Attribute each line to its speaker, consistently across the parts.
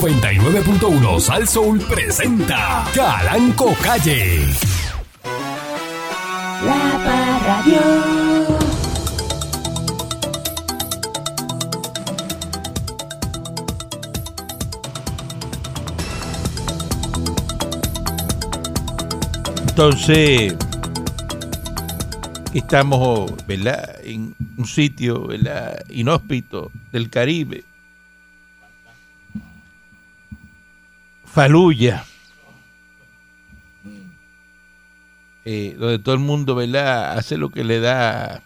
Speaker 1: 99.1 Sal Soul presenta Calanco Calle.
Speaker 2: La Parradio.
Speaker 3: Entonces, estamos, ¿verdad? En un sitio, ¿verdad? Inhóspito del Caribe. Faluya. Eh, donde todo el mundo, ¿verdad? Hace lo que le da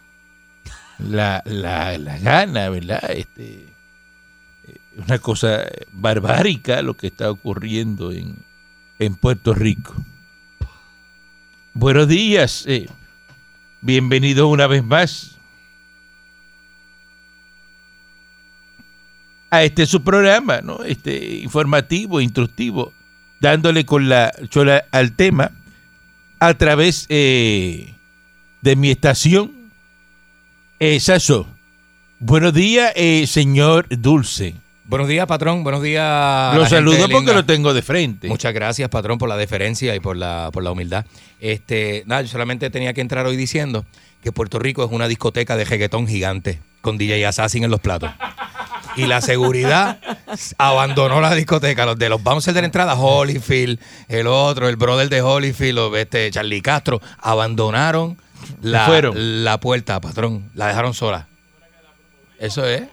Speaker 3: la, la, la gana, ¿verdad? Este, eh, una cosa barbárica lo que está ocurriendo en, en Puerto Rico. Buenos días, eh, bienvenido una vez más a este su programa, ¿no? Este informativo, instructivo, dándole con la chola al tema a través eh, de mi estación. Eh, Sasso, buenos días, eh, señor Dulce.
Speaker 4: Buenos días, patrón. Buenos días.
Speaker 3: Lo
Speaker 4: la gente
Speaker 3: saludo
Speaker 4: de
Speaker 3: porque
Speaker 4: Linga.
Speaker 3: lo tengo de frente.
Speaker 4: Muchas gracias, patrón, por la deferencia y por la, por la humildad. Este, nada, yo solamente tenía que entrar hoy diciendo que Puerto Rico es una discoteca de reggaetón gigante con DJ Assassin en los platos. Y la seguridad abandonó la discoteca. Los de los bouncers de la entrada, Holyfield, el otro, el brother de Holyfield, o este, Charlie Castro, abandonaron la,
Speaker 3: Fueron.
Speaker 4: la puerta, patrón. La dejaron sola. Eso es.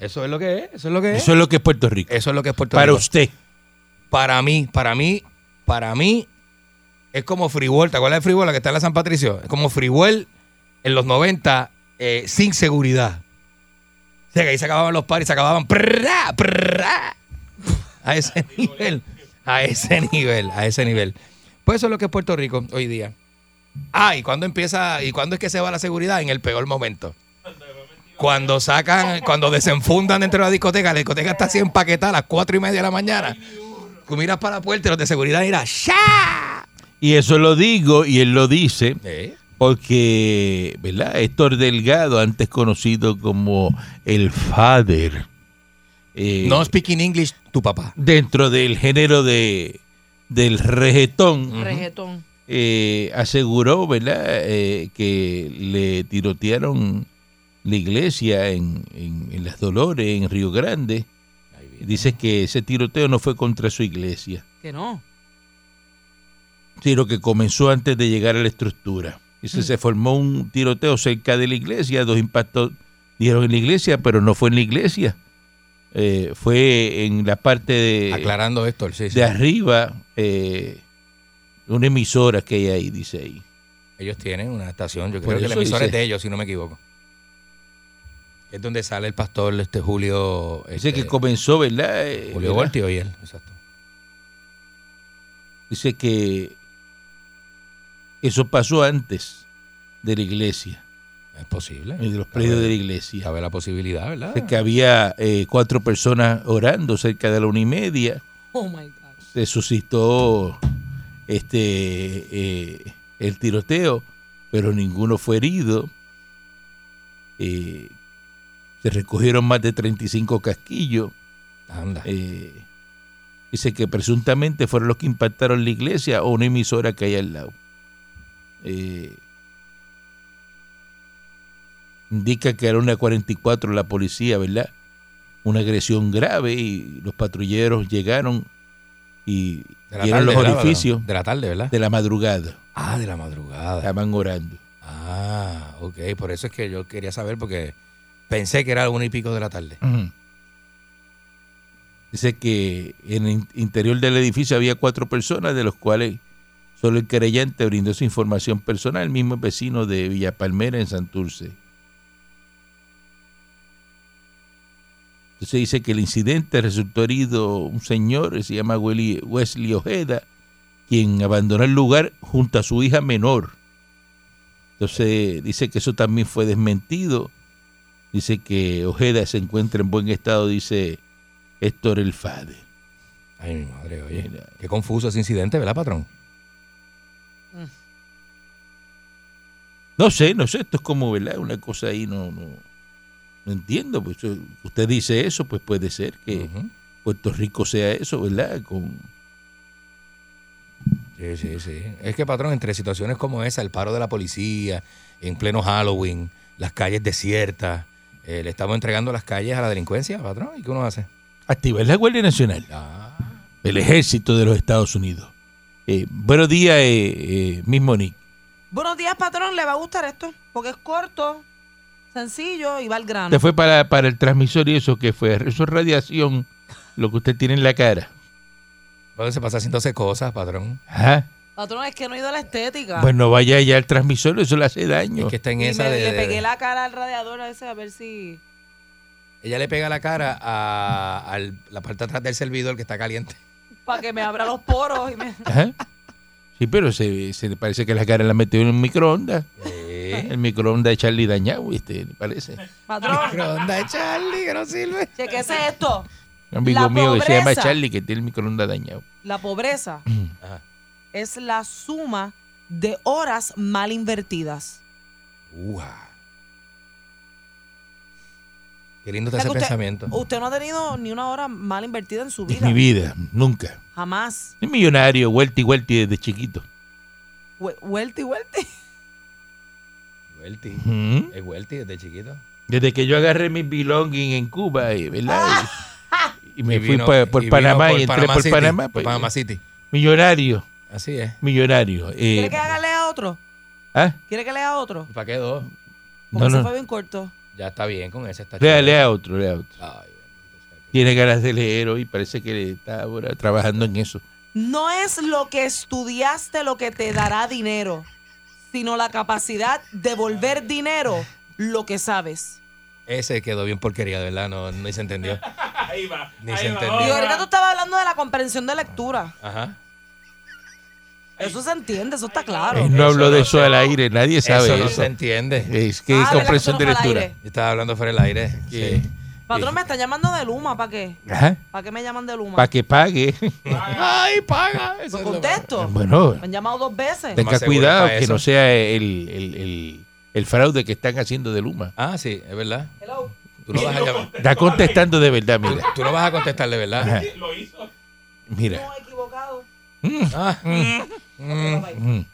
Speaker 4: Eso es lo que es. Eso es lo que es.
Speaker 3: Eso es lo que es Puerto Rico.
Speaker 4: Eso es lo que es Puerto
Speaker 3: para
Speaker 4: Rico.
Speaker 3: usted.
Speaker 4: Para mí, para mí, para mí, es como Fribol. ¿Te acuerdas de Fribol, la que está en la San Patricio? Es como Fribol en los 90, eh, sin seguridad. O sea, que ahí se acababan los pares, se acababan. prrra, prrra. a ese nivel, a ese nivel, a ese nivel. Pues eso es lo que es Puerto Rico hoy día. Ah, ¿y cuándo empieza, y cuándo es que se va la seguridad? En el peor momento. Cuando sacan, cuando desenfundan dentro de la discoteca, la discoteca está así empaquetada a las cuatro y media de la mañana. Tú miras para la puerta y los de seguridad irán ¡Sha!
Speaker 3: Y eso lo digo y él lo dice
Speaker 4: ¿Eh?
Speaker 3: porque, ¿verdad? Héctor Delgado, antes conocido como el Father, eh,
Speaker 4: No speaking English, tu papá.
Speaker 3: dentro del género de del reggaetón,
Speaker 5: Regetón.
Speaker 3: eh, aseguró, ¿verdad? Eh, que le tirotearon la iglesia en, en- en Las Dolores, en Río Grande. Dice que ese tiroteo no fue contra su iglesia.
Speaker 5: Que no.
Speaker 3: tiro que comenzó antes de llegar a la estructura.
Speaker 5: Mm.
Speaker 3: Dice, se formó un tiroteo cerca de la iglesia, dos impactos dieron en la iglesia, pero no fue en la iglesia. Eh, fue en la parte de,
Speaker 5: Ah,
Speaker 4: Aclarando Héctor, sí, sí.
Speaker 3: de arriba, eh, una emisora que hay ahí, dice ahí.
Speaker 4: Ellos tienen una estación, yo
Speaker 3: Por
Speaker 4: creo que la
Speaker 3: eso
Speaker 4: emisora es
Speaker 3: dice.
Speaker 4: de ellos, si no me equivoco. Es donde sale el pastor este Julio.
Speaker 3: Dice
Speaker 4: Este,
Speaker 3: que comenzó, ¿verdad? Eh,
Speaker 4: Julio
Speaker 3: ¿verdad?
Speaker 4: Voltio y él, exacto.
Speaker 3: Dice que eso pasó antes de la iglesia,
Speaker 4: Es posible.
Speaker 3: de los
Speaker 4: Cabe-
Speaker 3: predios de la iglesia.
Speaker 4: Cabe la posibilidad, ¿verdad?
Speaker 3: Dice que había eh, cuatro personas orando cerca de la una y media.
Speaker 5: Oh my God.
Speaker 3: se suscitó este eh, el tiroteo, pero ninguno fue herido. Eh, se recogieron más de 35 casquillos.
Speaker 4: Anda.
Speaker 3: Eh, dice que presuntamente fueron los que impactaron la iglesia o una emisora que hay al lado. Eh, indica que era una 44 la policía, ¿verdad? Una agresión grave y los patrulleros llegaron y
Speaker 4: De
Speaker 3: vieron los
Speaker 4: ¿verdad,
Speaker 3: orificios
Speaker 4: Badrón? De la tarde, ¿verdad?
Speaker 3: de la madrugada.
Speaker 4: Ah, de la madrugada.
Speaker 3: Estaban orando.
Speaker 4: Ah, ok. Por eso es que yo quería saber, porque pensé que era una y pico de la tarde.
Speaker 3: Ujú. Dice que en el in- interior del edificio había cuatro personas, de los cuales solo el querellante brindó su información personal, el mismo vecino de Villa Palmera en Santurce. Entonces dice que el incidente resultó herido un señor que se llama Welly- Wesley Ojeda, quien abandonó el lugar junto a su hija menor. Entonces dice que eso también fue desmentido. Dice que Ojeda se encuentra en buen estado, dice Héctor El Fade.
Speaker 4: Ay, mi madre, oye.
Speaker 3: Mira.
Speaker 4: Qué confuso ese incidente, ¿verdad, patrón?
Speaker 3: No sé, no sé, esto es como, ¿verdad? Una cosa ahí no, no, no entiendo. Pues, eh, usted dice eso, pues puede ser que
Speaker 4: Ujú.
Speaker 3: Puerto Rico sea eso, ¿verdad? Con,
Speaker 4: Sí, sí, sí. Es que, patrón, entre situaciones como esa, el paro de la policía, en pleno Halloween, las calles desiertas, eh, le estamos entregando las calles a la delincuencia, patrón. ¿Y qué uno hace?
Speaker 3: activar la Guardia Nacional, el ejército de los Estados Unidos. Eh, buenos días, eh, eh, Miss Monique.
Speaker 2: Buenos días, patrón. Le va a gustar esto porque es corto, sencillo y va al grano.
Speaker 3: Te fue para, para el transmisor y eso que fue, eso es radiación, lo que usted tiene en la cara.
Speaker 4: Entonces se pasa haciéndose cosas, patrón.
Speaker 3: Ajá.
Speaker 2: Patrón, es que no he ido a la estética.
Speaker 3: ¿Ah? Pues no vaya allá al transmisor, eso le hace
Speaker 4: Es
Speaker 3: daño.
Speaker 4: que está en
Speaker 2: Y
Speaker 4: esa
Speaker 2: me-
Speaker 4: de,
Speaker 2: le
Speaker 4: de-
Speaker 2: pegué la cara al radiador a ese a ver si.
Speaker 4: Ella le pega la cara a, al- la parte de atrás del servidor que está caliente.
Speaker 2: para que me abra los poros y me.
Speaker 3: Ajá. Sí, pero se, se le parece que la cara la metió en un microondas.
Speaker 4: Eh,
Speaker 3: El microondas de Charlie dañado, este, le parece.
Speaker 2: Patrón,
Speaker 4: onda, Charlie, que no sirve.
Speaker 2: chequese esto.
Speaker 3: Un amigo
Speaker 2: La
Speaker 3: mío que se llama
Speaker 2: pobreza.
Speaker 3: Charlie que tiene el microondas dañado.
Speaker 2: La pobreza
Speaker 4: Ajá.
Speaker 2: es la suma de horas mal invertidas.
Speaker 4: Ujá. Qué lindo
Speaker 2: O
Speaker 4: está
Speaker 2: sea,
Speaker 4: ese
Speaker 2: que usted- Oh.
Speaker 4: pensamiento.
Speaker 2: Usted no ha tenido ni una hora mal invertida en su
Speaker 3: Es
Speaker 2: vida.
Speaker 3: mi vida, nunca.
Speaker 2: Jamás.
Speaker 3: Soy millonario, vuelta y vuelta desde chiquito.
Speaker 2: Hue- Vuelta y vuelta.
Speaker 4: Huelti.
Speaker 3: Ujú.
Speaker 4: Es Huelti desde chiquito.
Speaker 3: Desde que yo agarré mis belongings en Cuba, eh, ¿verdad?
Speaker 2: Ah.
Speaker 3: Y, y me
Speaker 4: Y
Speaker 3: fui
Speaker 4: vino-
Speaker 3: pa-
Speaker 4: y
Speaker 3: por
Speaker 4: vino
Speaker 3: Panamá y entré por
Speaker 4: City,
Speaker 3: Panamá.
Speaker 4: por
Speaker 3: pues,
Speaker 4: Panamá City.
Speaker 3: Millonario,
Speaker 4: Así es.
Speaker 3: millonario. eh,
Speaker 2: ¿Quiere que haga lea otro?
Speaker 3: ¿ah?
Speaker 2: ¿Quiere que lea otro?
Speaker 4: ¿Para qué dos?
Speaker 2: Porque
Speaker 3: No,
Speaker 2: eso
Speaker 3: no.
Speaker 2: fue bien corto.
Speaker 4: Ya está bien con ese. Está
Speaker 3: Lea,
Speaker 4: chévere.
Speaker 3: lea otro, lea otro.
Speaker 4: Ay,
Speaker 3: Tiene ganas de leer hoy, parece que está ahora trabajando en eso.
Speaker 2: No es lo que estudiaste lo que te dará dinero, sino la capacidad de volver dinero lo que sabes.
Speaker 4: ese quedó bien porquería, de verdad. No, ni se entendió. Ni se
Speaker 2: Y
Speaker 4: entendió.
Speaker 2: ahorita tú estabas hablando de la comprensión de lectura.
Speaker 4: Ajá.
Speaker 2: Eso se entiende, eso está
Speaker 3: Eh,
Speaker 2: claro.
Speaker 3: no
Speaker 4: Eso
Speaker 3: hablo de
Speaker 4: no
Speaker 3: eso al aire, nadie sabe
Speaker 4: eso
Speaker 3: eso.
Speaker 4: no se entiende.
Speaker 3: Es que
Speaker 2: Ah,
Speaker 3: es
Speaker 2: ¿verdad que
Speaker 3: comprensión
Speaker 2: eso
Speaker 3: de
Speaker 2: no fue al
Speaker 3: lectura.
Speaker 2: aire?
Speaker 4: Yo estaba hablando fuera del aire.
Speaker 3: Que-
Speaker 4: Sí.
Speaker 2: Patrón, me están llamando de Luma, ¿para qué?
Speaker 3: Ajá,
Speaker 2: ¿Para qué me llaman de Luma?
Speaker 3: Para que pague.
Speaker 4: Ay, paga. Eso
Speaker 2: No
Speaker 4: es lo-
Speaker 2: contesto.
Speaker 3: Bueno,
Speaker 2: Me han llamado dos
Speaker 4: Te-
Speaker 2: veces.
Speaker 3: tenga
Speaker 4: seguro
Speaker 3: cuidado
Speaker 4: para
Speaker 3: que
Speaker 4: eso.
Speaker 3: no sea el, el- el- el fraude que están haciendo de Luma.
Speaker 4: Ah, sí, es verdad.
Speaker 2: Hello.
Speaker 4: Tú lo vas a llamar.
Speaker 3: Está contestando de verdad, mira.
Speaker 4: Tú lo vas a contestar, de verdad.
Speaker 3: Ajá. Mira.
Speaker 2: No, equivocado.
Speaker 4: Ah,
Speaker 2: Ok, bye.
Speaker 3: Mm.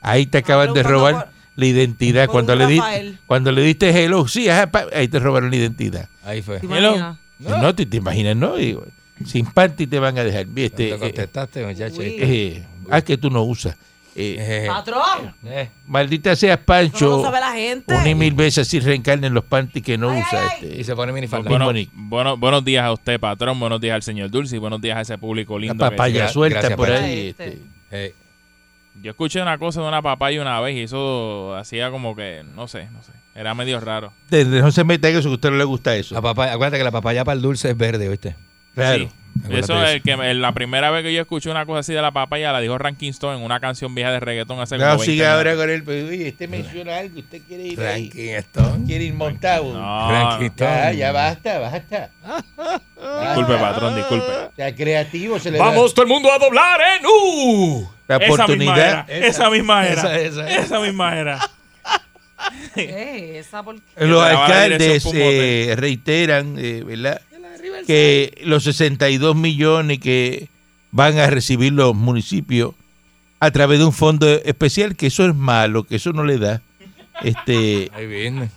Speaker 3: Ahí te acaban de
Speaker 2: preguntando
Speaker 3: robar
Speaker 2: por-
Speaker 3: la identidad.
Speaker 2: por
Speaker 3: Cuando
Speaker 2: un
Speaker 3: le, diste,
Speaker 2: Rafael.
Speaker 3: cuando le diste hello, sí, ajá, pa- ahí te robaron la identidad.
Speaker 4: ahí fue.
Speaker 2: ¿Te imaginas?
Speaker 3: No, te, te imaginas, ¿no? Y, sin panty te van a dejar. Viste,
Speaker 4: Te
Speaker 3: eh,
Speaker 4: contestaste, muchacho.
Speaker 2: Uy. Ah.
Speaker 3: eh, ah, que tú no usas. Eh,
Speaker 4: Eh,
Speaker 2: Patrón,
Speaker 4: eh.
Speaker 3: maldita seas,
Speaker 2: eso no
Speaker 3: Pancho.
Speaker 2: lo sabe la gente.
Speaker 3: Una y mil veces así reencarnen los panty que no
Speaker 2: Ay,
Speaker 3: usa.
Speaker 2: ay,
Speaker 3: este.
Speaker 4: eh. Y se pone minifalda.
Speaker 3: Bueno,
Speaker 5: Bueno, bueno- buenos días a usted, patrón. Buenos días al señor Dulce y buenos días a ese público
Speaker 3: La
Speaker 5: lindo. que-
Speaker 3: papaya
Speaker 4: Gra-
Speaker 3: suelta
Speaker 4: gracias,
Speaker 3: por
Speaker 4: Pancho.
Speaker 3: ahí.
Speaker 2: Ay, este.
Speaker 3: este.
Speaker 4: Eh,
Speaker 5: Yo escuché una cosa de una papaya una vez y eso hacía como que, no sé, no sé. Era medio raro.
Speaker 3: De- de- No se meta en eso, que a usted no le gusta eso.
Speaker 4: la papaya, acuérdate que la papaya para el dulce es verde, ¿oíste?
Speaker 3: claro.
Speaker 5: Ah, Sí.
Speaker 4: Acuérdate
Speaker 5: Eso
Speaker 4: de
Speaker 5: es
Speaker 4: eso.
Speaker 5: el que me- la primera vez que yo escuché una cosa así de la papaya la dijo Rankin Stone en una canción vieja de reggaetón hace como
Speaker 3: No,
Speaker 5: 20
Speaker 3: sigue
Speaker 5: minutos.
Speaker 3: ahora con él. pues, oye, usted menciona algo, usted quiere ir ahí.
Speaker 4: Ranking Stone.
Speaker 3: Quiere ir montado.
Speaker 5: No,
Speaker 4: Rankin Stone.
Speaker 3: Ah, Ya, ya basta, basta.
Speaker 5: Disculpe, patrón, disculpe.
Speaker 3: O sea, creativo se le
Speaker 5: Vamos todo el mundo a doblar ¿eh? en U.
Speaker 3: da la
Speaker 5: Esa misma era.
Speaker 3: oportunidad.
Speaker 5: Esa misma
Speaker 4: Esa,
Speaker 5: era.
Speaker 4: esa, esa.
Speaker 5: Esa misma era.
Speaker 2: Eh, esa por-
Speaker 3: Los
Speaker 5: Esa va la
Speaker 3: alcaldes
Speaker 5: dirección pa' un
Speaker 3: eh, reiteran, eh, ¿verdad? Que los 62 millones que van a recibir los municipios a través de un fondo especial, que eso es malo, que eso no le da. Este,
Speaker 4: Ahí viene.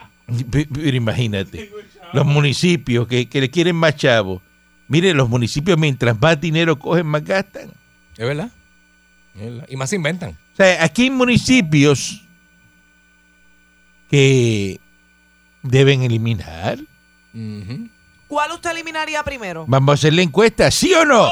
Speaker 3: Pe- Pero imagínate, los municipios que, que le quieren más chavos. Mire, los municipios mientras más dinero cogen, más gastan.
Speaker 4: ¿Es verdad? Es verdad. Y más se inventan.
Speaker 3: O sea, aquí hay municipios que deben eliminar.
Speaker 4: Ujú.
Speaker 2: ¿Cuál usted eliminaría primero?
Speaker 3: Vamos a hacer la encuesta, ¿sí o no?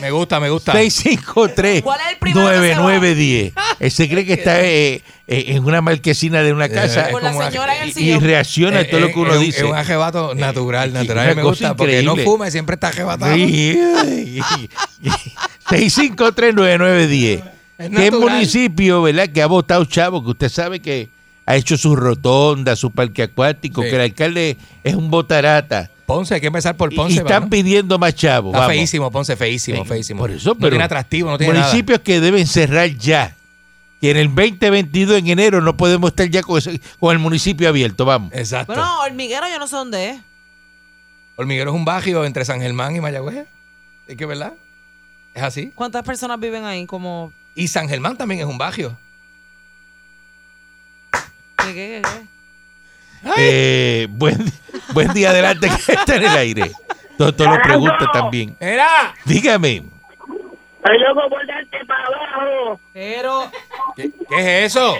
Speaker 4: Me gusta, me gusta.
Speaker 3: 653
Speaker 2: ¿Cuál es el primero que se va?
Speaker 3: 9910. Él se cree que está eh, eh, en una marquesina de una casa
Speaker 4: Es
Speaker 2: Por la
Speaker 4: como una-
Speaker 2: señora en el
Speaker 3: y, y
Speaker 2: sillón.
Speaker 3: reacciona a todo lo que uno
Speaker 4: eh, es un-
Speaker 3: dice. Eh,
Speaker 4: Es un ajebato natural,
Speaker 3: una
Speaker 4: natural. Me
Speaker 3: cosa
Speaker 4: gusta porque no
Speaker 3: increíble.
Speaker 4: fuma y siempre está ajebatado.
Speaker 3: Sí, ay, ay, ay. 6539910.
Speaker 4: Es
Speaker 3: ¿Qué
Speaker 4: natural.
Speaker 3: municipio, verdad, que ha votado Chavo? Que usted sabe que ha hecho su rotonda, su parque acuático,
Speaker 4: Sí.
Speaker 3: que el alcalde es un botarata.
Speaker 4: Ponce, hay que empezar por
Speaker 3: Y-
Speaker 4: Ponce.
Speaker 3: y están
Speaker 4: mano.
Speaker 3: pidiendo más Chavo.
Speaker 4: Está
Speaker 3: vamos.
Speaker 4: feísimo, Ponce, feísimo,
Speaker 3: Eh,
Speaker 4: feísimo.
Speaker 3: Por eso,
Speaker 4: no
Speaker 3: pero
Speaker 4: tiene atractivo, no tiene nada.
Speaker 3: municipios que deben cerrar ya. Que en el 2022, en enero, no podemos estar ya con, ese- con el municipio abierto, vamos.
Speaker 4: Exacto.
Speaker 2: Bueno, hormiguero yo no sé dónde es.
Speaker 4: Hormiguero es un barrio entre San Germán y Mayagüez. Es que, ¿verdad? Es así.
Speaker 2: ¿Cuántas personas viven ahí? Como,
Speaker 4: Y San Germán también es un barrio.
Speaker 2: ¿qué, qué, qué, qué?
Speaker 3: Eh, buen, buen día adelante que está en el aire. Todo, todo lo pregunta también.
Speaker 4: ¡Era!
Speaker 3: Dígame.
Speaker 6: Estoy loco por darte para abajo,
Speaker 2: Pero,
Speaker 4: ¿Qué, qué es eso?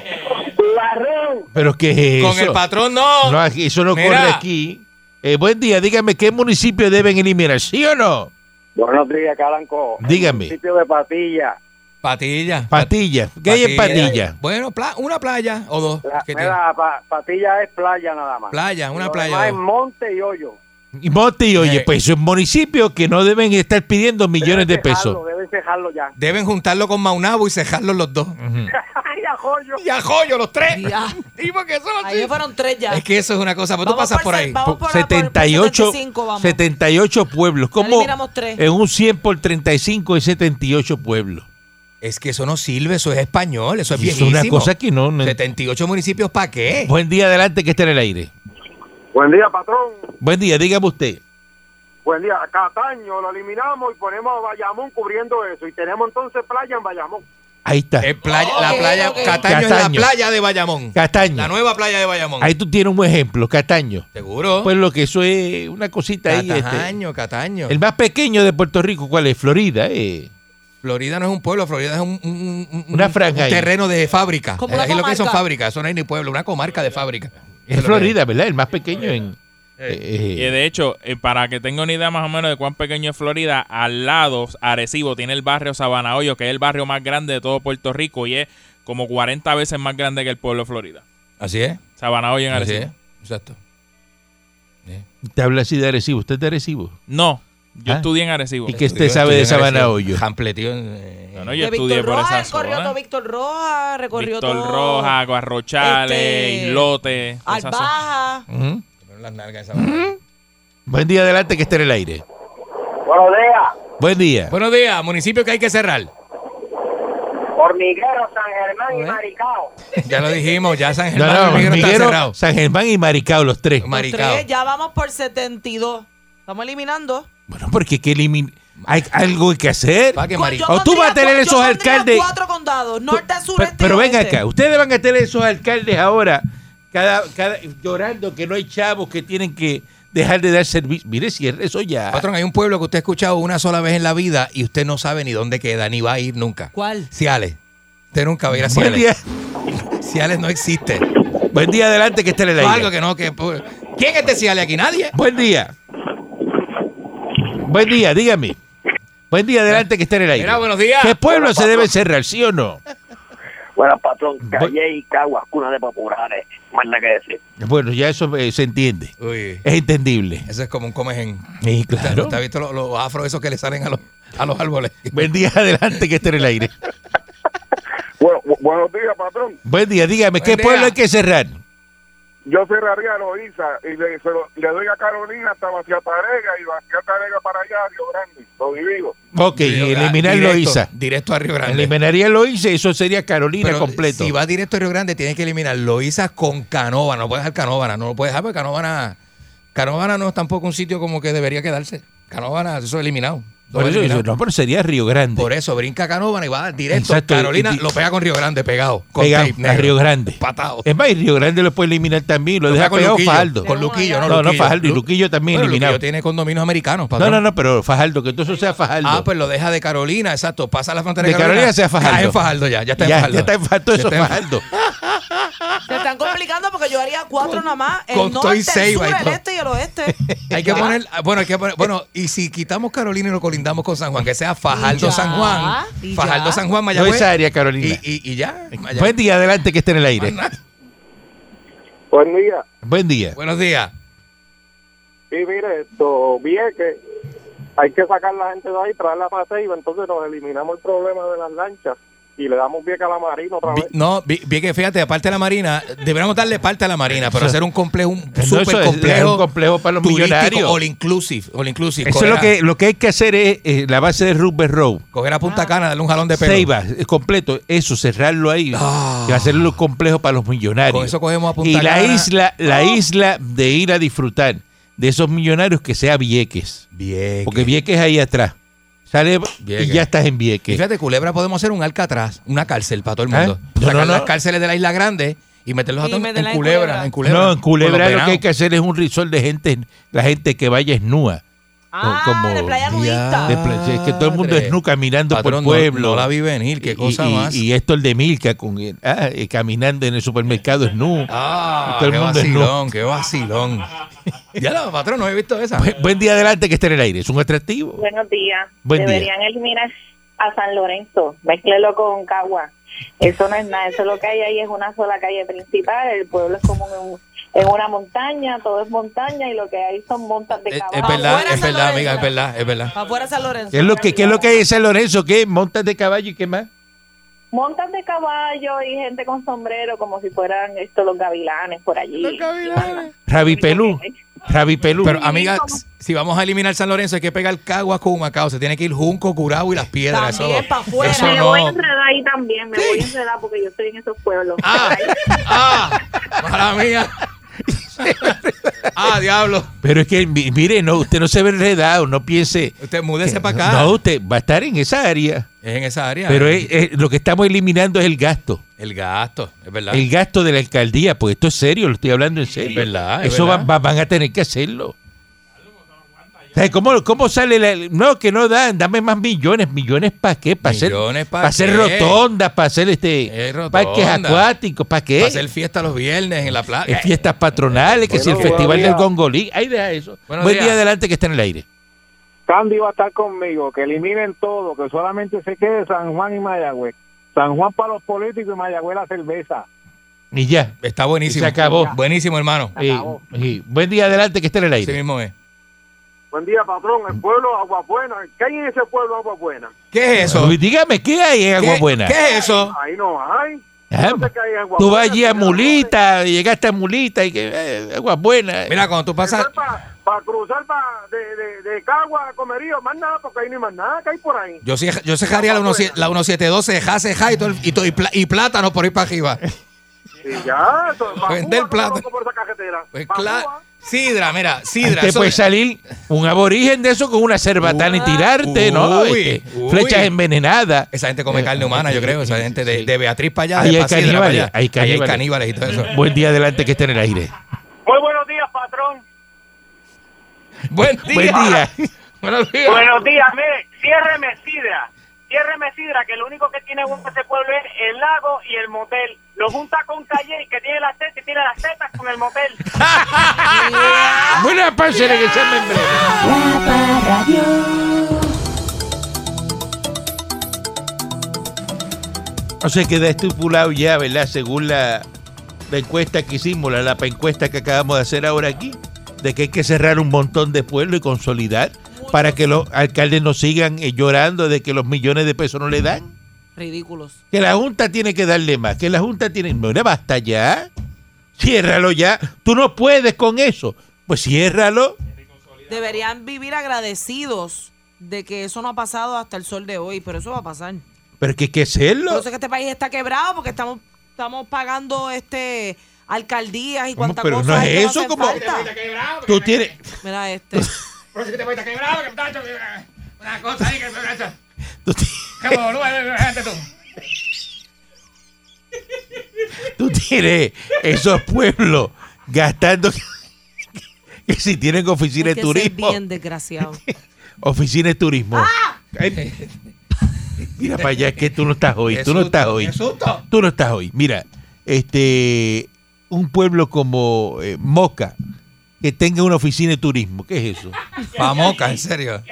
Speaker 6: barrón.
Speaker 3: ¿Pero qué es
Speaker 4: Con el
Speaker 3: eso?
Speaker 4: patrón no.
Speaker 3: No, aquí- eso no
Speaker 4: Mira.
Speaker 3: corre aquí. Eh, buen día, dígame qué municipio deben eliminar, ¿sí o no?
Speaker 6: Buenos días, Calanco.
Speaker 3: Dígame.
Speaker 6: Municipio de Patilla.
Speaker 4: Patilla.
Speaker 3: Patilla. ¿Qué hay en Patilla?
Speaker 4: Bueno, pla- una playa o dos.
Speaker 6: La-
Speaker 4: que tiene.
Speaker 6: mira, pa- Patilla es playa nada más.
Speaker 4: Playa, una
Speaker 6: Lo
Speaker 4: playa.
Speaker 6: demás
Speaker 4: o
Speaker 6: es
Speaker 4: dos.
Speaker 6: monte y hoyo.
Speaker 3: Y Monte y oye,
Speaker 4: Eh.
Speaker 3: pues es municipios que no deben estar pidiendo millones de
Speaker 6: Deben
Speaker 3: pesos.
Speaker 6: cejarlo, Deben cejarlo ya.
Speaker 4: Deben juntarlo con Maunabo y cejarlos los dos.
Speaker 6: ¡Ay, a joyo!
Speaker 4: Y a joyo los tres.
Speaker 2: ya.
Speaker 4: Sí, porque eso no-
Speaker 2: Ahí fueron tres ya.
Speaker 4: Es que eso es una cosa. Pues tú
Speaker 2: Vamos
Speaker 4: pasas por
Speaker 2: se-
Speaker 4: ahí.
Speaker 2: vamos por la- por- por
Speaker 3: 78,
Speaker 2: 75, vamos.
Speaker 3: 78 pueblos. ¿Cómo?
Speaker 2: eliminamos tres.
Speaker 3: En un 100 por 35 hay 78 pueblos.
Speaker 4: Es que eso no sirve, eso es español, eso es
Speaker 3: Y es
Speaker 4: viejísimo.
Speaker 3: una cosa que no. no-
Speaker 4: 78 municipios, ¿para qué?
Speaker 3: Buen día adelante que está en el aire.
Speaker 6: Buen día, patrón.
Speaker 3: Buen día, dígame usted.
Speaker 6: Buen día. Cataño lo eliminamos y ponemos a Bayamón cubriendo eso. Y tenemos entonces playa en Bayamón.
Speaker 3: Ahí está.
Speaker 4: Es playa, la
Speaker 2: Ok,
Speaker 4: playa,
Speaker 2: ok.
Speaker 4: Cataño, es la
Speaker 3: Cataño.
Speaker 4: playa de Bayamón.
Speaker 3: Cataño.
Speaker 4: La nueva playa de Bayamón.
Speaker 3: Ahí tú tienes un buen ejemplo, Cataño.
Speaker 4: Seguro.
Speaker 3: Pues lo que eso es una cosita ahí. este.
Speaker 4: Cataño, Cataño.
Speaker 3: El más pequeño de Puerto Rico, ¿cuál es? Florida, eh.
Speaker 4: Florida no es un pueblo, Florida es un, un- un-
Speaker 3: Una
Speaker 4: un-
Speaker 3: franja
Speaker 4: un
Speaker 3: ahí.
Speaker 4: terreno de fábrica.
Speaker 2: Como una
Speaker 4: Ahí lo que son
Speaker 2: comarca.
Speaker 4: fábricas, eso no hay ni pueblo, una comarca de fábrica.
Speaker 3: Es Florida, ¿verdad? El más pequeño en.
Speaker 5: Y
Speaker 3: eh, eh,
Speaker 5: de hecho, eh, para que tenga una idea más o menos de cuán pequeño es Florida, al lado, Arecibo, tiene el barrio Sabana Hoyo, que es el barrio más grande de todo Puerto Rico y es como 40 veces más grande que el pueblo de Florida.
Speaker 4: Así es.
Speaker 5: Sabana Hoyo en
Speaker 3: ¿Ah,
Speaker 4: Así
Speaker 5: Arecibo.
Speaker 4: es. Exacto.
Speaker 3: te habla así de Arecibo. ¿Usted es de Arecibo?
Speaker 5: No, yo
Speaker 3: Ah.
Speaker 5: estudié en Arecibo.
Speaker 3: ¿Y qué usted sabe de Sabana Hoyo?
Speaker 4: Hampletió en-
Speaker 5: No, no, yo
Speaker 2: de
Speaker 5: estudié
Speaker 2: Víctor
Speaker 5: por
Speaker 2: Roja,
Speaker 5: esa
Speaker 2: él corrió todo
Speaker 5: zona.
Speaker 2: Víctor Roja, recorrió
Speaker 5: Víctor
Speaker 2: todo.
Speaker 5: Roja, Guarrochales,
Speaker 2: este,
Speaker 5: Islote. toda esa zona.
Speaker 2: Albaja.
Speaker 3: Ujú.
Speaker 4: Primero las nalgas de Sabana.
Speaker 3: Buen día adelante que está en el aire.
Speaker 6: Buenos días.
Speaker 3: Buen día.
Speaker 4: Buenos días, municipio que hay que cerrar.
Speaker 6: Hormiguero, San Germán y Maricao.
Speaker 4: Ya lo dijimos, ya San
Speaker 3: No,
Speaker 4: Germán
Speaker 3: no,
Speaker 4: Hormiguero está
Speaker 3: Hormiguero,
Speaker 4: cerrado.
Speaker 3: San Germán y Maricao, los tres.
Speaker 4: Ma-
Speaker 2: Los
Speaker 4: Maricao.
Speaker 2: tres, ya vamos por 72. Estamos eliminando.
Speaker 3: Bueno, porque hay que eliminar. Hay algo que hacer.
Speaker 4: Pa' que
Speaker 2: Con-
Speaker 4: Mari-
Speaker 2: yo
Speaker 3: O tú
Speaker 2: pondría
Speaker 3: vas a tener
Speaker 2: cua- yo
Speaker 3: esos
Speaker 2: pondría
Speaker 3: alcaldes-
Speaker 2: cuatro condados, norte,
Speaker 3: Tú-
Speaker 2: sur,
Speaker 3: pero,
Speaker 2: este y
Speaker 3: pero ven
Speaker 2: oeste.
Speaker 3: acá, ustedes van a tener esos alcaldes ahora cada, cada, llorando que no hay chavos que tienen que dejar de dar servicio. Mire, cierre eso ya.
Speaker 4: Patrón, hay un pueblo que usted ha escuchado una sola vez en la vida y usted no sabe ni dónde queda, ni va a ir nunca.
Speaker 2: ¿Cuál?
Speaker 4: Ciales. Usted nunca va a ir a
Speaker 3: Buen día,
Speaker 4: Ciales. Ciales no existe.
Speaker 3: buen día adelante que esté en el aire.
Speaker 4: Algo que no, que... pues, ¿Quién es de Ciales aquí? Nadie.
Speaker 3: Buen día. Buen día, dígame. Buen día adelante que esté en el aire.
Speaker 4: Mira, buenos días.
Speaker 3: ¿Qué pueblo se debe cerrar, sí o no?
Speaker 6: Buenas, patrón.
Speaker 3: Calle
Speaker 6: y Caguas, cuna de populares. Más nada que decir.
Speaker 3: Bueno, ya eso eh, se entiende.
Speaker 4: Uy,
Speaker 3: Es entendible.
Speaker 4: eso Eh, es como un comején.
Speaker 3: Sí,
Speaker 4: ¿Usted
Speaker 3: claro.
Speaker 4: ¿Usted ha visto los, los afros esos que le salen a los, a los árboles?
Speaker 3: Buen día adelante que esté en el aire.
Speaker 6: Bueno, buenos días, patrón.
Speaker 3: Buen día, dígame,
Speaker 4: Buen
Speaker 3: ¿qué
Speaker 4: día.
Speaker 3: pueblo hay que cerrar?
Speaker 6: Yo cerraría a Loiza y le, se lo- le doy a Carolina hasta Vaciatarega y Vaciatarega para allá, Río Grande. Lo divido.
Speaker 3: Ok, eliminar
Speaker 4: Directo-
Speaker 3: Loíza.
Speaker 4: ah, Directo a Río Grande.
Speaker 3: Eliminaría Loíza y eso sería Carolina
Speaker 4: Pero eh,
Speaker 3: completo.
Speaker 4: Si va directo a Río Grande, tiene que eliminar Loíza con Canóvana. No puedes dejar Canóvana. No lo puedes dejar porque Canóvana. Canóvana no es tampoco un sitio como que debería quedarse. Canóvana, eso es eliminado. Eso
Speaker 3: Por
Speaker 4: es
Speaker 3: eso,
Speaker 4: eliminado.
Speaker 3: eso, no, pero sería Río Grande.
Speaker 4: Por eso, brinca Canóvana y va directo.
Speaker 3: Exacto,
Speaker 4: Carolina
Speaker 3: y- y-
Speaker 4: lo pega con Río Grande, pegado. Con
Speaker 3: Pega
Speaker 4: tape
Speaker 3: a
Speaker 4: negro.
Speaker 3: Río Grande.
Speaker 4: Patado.
Speaker 3: Es más, y Río Grande lo puede eliminar también. Lo,
Speaker 4: Lo
Speaker 3: deja
Speaker 4: pega
Speaker 3: pegado
Speaker 4: con Luquillo.
Speaker 3: Fajardo.
Speaker 4: Con Luquillo, no,
Speaker 3: No, no,
Speaker 4: Luquillo.
Speaker 3: Fajardo. Y Luquillo también
Speaker 4: Bueno,
Speaker 3: eliminado.
Speaker 4: Luquillo tiene condominios americanos,
Speaker 3: No,
Speaker 4: patrón.
Speaker 3: no, no, pero Fajardo, que entonces sea Fajardo.
Speaker 4: Ah, pues lo deja de Carolina, exacto. Pasa la frontera
Speaker 3: De Carolina hacia Fajardo.
Speaker 4: Ah, en Fajardo ya, ya está en
Speaker 3: ya,
Speaker 4: Fajardo.
Speaker 3: ya está en Fajardo, eso
Speaker 4: Ya está Ah, en-
Speaker 3: Fajardo.
Speaker 2: Se están complicando porque yo haría cuatro nada más. El
Speaker 4: con todo
Speaker 2: norte,
Speaker 4: y
Speaker 2: el
Speaker 4: Ceiba
Speaker 2: sur,
Speaker 4: y
Speaker 2: el
Speaker 4: todo.
Speaker 2: este y el oeste.
Speaker 4: Hay que poner, ah, bueno, hay que poner, bueno, y si quitamos Carolina y lo colindamos con San Juan, que sea Fajardo
Speaker 2: Y ya,
Speaker 4: San Juan,
Speaker 2: y ya.
Speaker 4: Fajardo San Juan,
Speaker 3: No
Speaker 4: Mayagüez.
Speaker 3: esa Pues, área, Carolina.
Speaker 4: y, y, y ya. Mayagüez.
Speaker 3: Buen día, adelante, que esté en el aire.
Speaker 6: Buen día.
Speaker 3: Buen día.
Speaker 4: Buenos días.
Speaker 6: Y mire, esto, bien que hay que sacar la gente de ahí, traerla para Seiba, entonces nos eliminamos el problema de las lanchas y le damos bien a la marina otra
Speaker 4: Vi-
Speaker 6: vez.
Speaker 4: no, vi, vi que fíjate, aparte de la Marina, deberíamos darle parte a la Marina, pero hacer un complejo, un
Speaker 3: eso
Speaker 4: super
Speaker 3: es
Speaker 4: complejo.
Speaker 3: un complejo para los
Speaker 4: turístico,
Speaker 3: millonarios.
Speaker 4: All inclusive, all inclusive.
Speaker 3: Eso es
Speaker 4: coger
Speaker 3: lo
Speaker 4: a-
Speaker 3: que, lo que hay que hacer es eh, la base de Rubber Road.
Speaker 4: Coger a
Speaker 2: Ah.
Speaker 4: Punta Cana, darle un jalón de pelo.
Speaker 3: Ceiba, eh, completo, eso, cerrarlo ahí
Speaker 4: Ah.
Speaker 3: y hacerlo complejo para los millonarios.
Speaker 4: Con eso cogemos a Punta
Speaker 3: y la
Speaker 4: Cana.
Speaker 3: isla, la isla de ir a disfrutar. de esos millonarios que sea Vieques.
Speaker 4: Bien.
Speaker 3: Porque Vieques ahí atrás. Sale
Speaker 4: Vieques.
Speaker 3: y ya estás en
Speaker 4: Y
Speaker 3: Vieques.
Speaker 4: fíjate, Culebra podemos hacer un Alcatraz, una cárcel para todo el
Speaker 3: ¿Eh?
Speaker 4: mundo.
Speaker 3: No,
Speaker 4: Sacar
Speaker 3: no, no.
Speaker 4: las cárceles de la Isla Grande y meterlos a
Speaker 2: Y
Speaker 4: todos
Speaker 2: meterla
Speaker 4: en,
Speaker 2: en
Speaker 4: culebra,
Speaker 2: Culebra.
Speaker 4: en Culebra.
Speaker 3: No, en Culebra
Speaker 4: Con los
Speaker 3: lo que hay que
Speaker 4: venados.
Speaker 3: hacer es un resort de gente, la gente que vaya es nua.
Speaker 2: Ah,
Speaker 3: como
Speaker 2: de playa
Speaker 4: dia-
Speaker 2: nudista.
Speaker 3: De pla- es que todo el mundo
Speaker 4: Madre.
Speaker 3: es nu caminando
Speaker 4: Ah, Patrón, no-
Speaker 3: por el pueblo.
Speaker 4: No, la vi venir, qué
Speaker 3: Y-
Speaker 4: cosa
Speaker 3: y,
Speaker 4: más.
Speaker 3: y esto el de Milka con el- ah, eh, caminando en el supermercado es nu. y
Speaker 4: ah,
Speaker 3: todo el
Speaker 4: qué
Speaker 3: mundo es nu.
Speaker 4: vacilón, qué vacilón. ya la patrón, no he visto esa.
Speaker 3: Bu- Buen día adelante que esté en el aire, es un atractivo.
Speaker 7: Buenos días.
Speaker 3: Buen día.
Speaker 7: Deberían eliminar a San Lorenzo, mezclelo con Cagua. Eso no es nada, eso lo que hay ahí es una sola calle principal, el pueblo es como un- en una montaña, todo es montaña y lo que hay son montas de
Speaker 3: Eh,
Speaker 4: Eh, Es, es
Speaker 7: caballos.
Speaker 4: verdad,
Speaker 2: Afuera
Speaker 4: es
Speaker 2: San
Speaker 4: verdad,
Speaker 2: Lorenzo.
Speaker 4: amiga, es verdad, es verdad.
Speaker 2: Para afuera San Lorenzo.
Speaker 3: ¿Qué es lo que, qué es lo que hay en San Lorenzo? ¿Qué? ¿Montas de caballo y qué más?
Speaker 7: Montas de caballo y gente con sombrero como si fueran estos los gavilanes por allí.
Speaker 3: Rabi Pelú. Rabi Pelú.
Speaker 4: Pero ah, amiga, si vamos a eliminar San Lorenzo hay que pegar Caguas con Humacao, se tiene que ir Junco, Curabo y las piedras.
Speaker 2: También
Speaker 4: eso,
Speaker 2: pa' afuera.
Speaker 4: eso
Speaker 7: Me
Speaker 4: no.
Speaker 7: voy a enredar ahí también, me voy a enredar porque yo estoy en esos pueblos.
Speaker 4: Ah, ah, mala mía. ah, diablo.
Speaker 3: Pero es que, mi- mire, no, usted no se ve enredado, no piense.
Speaker 4: Usted múdese para acá.
Speaker 3: No, usted va a estar en esa área.
Speaker 4: Es en esa área.
Speaker 3: Pero es- es- lo que estamos eliminando es el gasto.
Speaker 4: el gasto, es verdad.
Speaker 3: El gasto de la alcaldía, pues esto es serio, lo estoy hablando en serio.
Speaker 4: Es verdad, es
Speaker 3: Eso va-
Speaker 4: verdad.
Speaker 3: va- van a tener que hacerlo. O sea, ¿Cómo, ¿Cómo sale la.? No, que no dan, dame más millones. ¿Millones para qué? Para hacer,
Speaker 4: Millones pa'
Speaker 3: pa' hacer
Speaker 4: qué.
Speaker 3: rotondas, para hacer este
Speaker 4: Es rotonda.
Speaker 3: parques acuáticos, ¿para qué?
Speaker 4: Va a hacer fiesta los viernes en la playa.
Speaker 3: Eh, fiestas patronales, que si el
Speaker 6: Bueno,
Speaker 3: festival
Speaker 6: buenos
Speaker 3: del
Speaker 6: días.
Speaker 3: Gongolí. Ahí deja eso.
Speaker 4: Buenos
Speaker 3: Buen
Speaker 4: días.
Speaker 3: día adelante que está en el aire.
Speaker 6: Candy va a estar conmigo, que eliminen todo, que solamente se quede San Juan y Mayagüez. San Juan para los políticos y Mayagüez la cerveza.
Speaker 3: Y ya.
Speaker 4: Está buenísimo.
Speaker 3: Se acabó.
Speaker 4: Buenísimo, hermano.
Speaker 3: Eh, y buen día adelante que está en el
Speaker 4: Así
Speaker 3: aire.
Speaker 4: mismo es.
Speaker 6: Buen día, patrón. El pueblo Agua Buena. ¿Qué hay en ese pueblo Agua Buena?
Speaker 4: ¿Qué es eso?
Speaker 3: Uy, dígame, ¿qué hay en Agua
Speaker 4: ¿Qué-
Speaker 3: Buena?
Speaker 4: ¿Qué es eso?
Speaker 6: Ahí no hay.
Speaker 3: Ah,
Speaker 6: No sé qué hay en Agua
Speaker 3: Tú vas
Speaker 6: Buena,
Speaker 3: allí a
Speaker 6: señora.
Speaker 3: Mulita, llegaste a Mulita y que eh, agua buena.
Speaker 4: Mira, cuando tú
Speaker 6: Eso
Speaker 4: pasas.
Speaker 6: es para cruzar pa de, de, de Cagua a Comerío. Más nada, porque ahí no hay más nada que hay por ahí.
Speaker 4: Yo, sí- yo cejaría la, 17 la 1712, ceja, ceja y, todo el- y, todo- y pla- y plátano por ir para arriba.
Speaker 6: Y ya, eso. pa'
Speaker 4: Vender
Speaker 6: Cuba,
Speaker 4: plata.
Speaker 6: loco, Por esa ¿ah? carretera.
Speaker 4: Pues
Speaker 6: Pa'
Speaker 4: claro.
Speaker 6: Cuba.
Speaker 4: Sidra, mira, sidra.
Speaker 3: Te
Speaker 4: eso-
Speaker 3: puede salir un aborigen de eso con una cerbatana y tirarte, ¿no?
Speaker 4: Uy,
Speaker 3: Este,
Speaker 4: uy.
Speaker 3: flechas envenenadas.
Speaker 4: Esa gente come carne humana,
Speaker 3: eh,
Speaker 4: yo creo. Esa gente de, de Beatriz para allá.
Speaker 3: Ahí
Speaker 4: de
Speaker 3: hay
Speaker 4: pa' Sidra
Speaker 3: caníbales,
Speaker 4: pa' allá.
Speaker 3: hay
Speaker 4: Ahí
Speaker 3: caníbales.
Speaker 4: caníbales y todo eso.
Speaker 3: Buen día adelante que esté en el aire.
Speaker 6: Muy buenos días, patrón.
Speaker 4: Buen día.
Speaker 3: Buen día.
Speaker 4: Buenos días.
Speaker 6: Buenos días, mire, ciérreme Sidra, ciérreme Sidra, que lo único que tiene bueno ese pueblo es el lago y el motel. Lo junta con Calle, que tiene las tetas y tiene las tetas con el motel.
Speaker 3: Buena pausa, regresamos en breve. O sea, queda estipulado ya, ¿verdad? Según la, la encuesta que hicimos, la, la encuesta que acabamos de hacer ahora aquí, de que hay que cerrar un montón de pueblos y consolidar para que los alcaldes no sigan eh, llorando de que los millones de pesos no le dan.
Speaker 2: Ridículos.
Speaker 3: Que la Junta tiene que darle más, que la Junta tiene... Mira, basta ya. Ciérralo ya. Tú no puedes con eso. Pues ciérralo.
Speaker 2: Deberían vivir agradecidos de que eso no ha pasado hasta el sol de hoy, pero eso va a pasar.
Speaker 3: Pero es que hay que
Speaker 2: Por
Speaker 3: hacerlo.
Speaker 2: eso es que este país está quebrado porque estamos, estamos pagando este alcaldías y
Speaker 3: ¿Cómo?
Speaker 2: cuantas
Speaker 3: Pero
Speaker 2: cosas.
Speaker 3: no es
Speaker 2: que
Speaker 3: eso,
Speaker 2: hacen
Speaker 3: como-
Speaker 2: falta.
Speaker 3: Tú tienes...
Speaker 2: Mira este.
Speaker 3: Tú, ti- Tú tienes esos pueblos gastando que- que si tienen oficina
Speaker 2: Hay
Speaker 3: de
Speaker 2: que ser
Speaker 3: turismo,
Speaker 2: bien desgraciado.
Speaker 3: oficina de turismo.
Speaker 4: Ah.
Speaker 3: Ay, Mira para allá que tú no estás hoy,
Speaker 4: Qué
Speaker 3: tú no
Speaker 4: susto,
Speaker 3: estás hoy.
Speaker 4: qué susto.
Speaker 3: Tú no estás hoy. Mira, este un pueblo como eh, Moca que tenga una oficina de turismo, ¿qué es eso?
Speaker 4: Pa' Moca, en serio.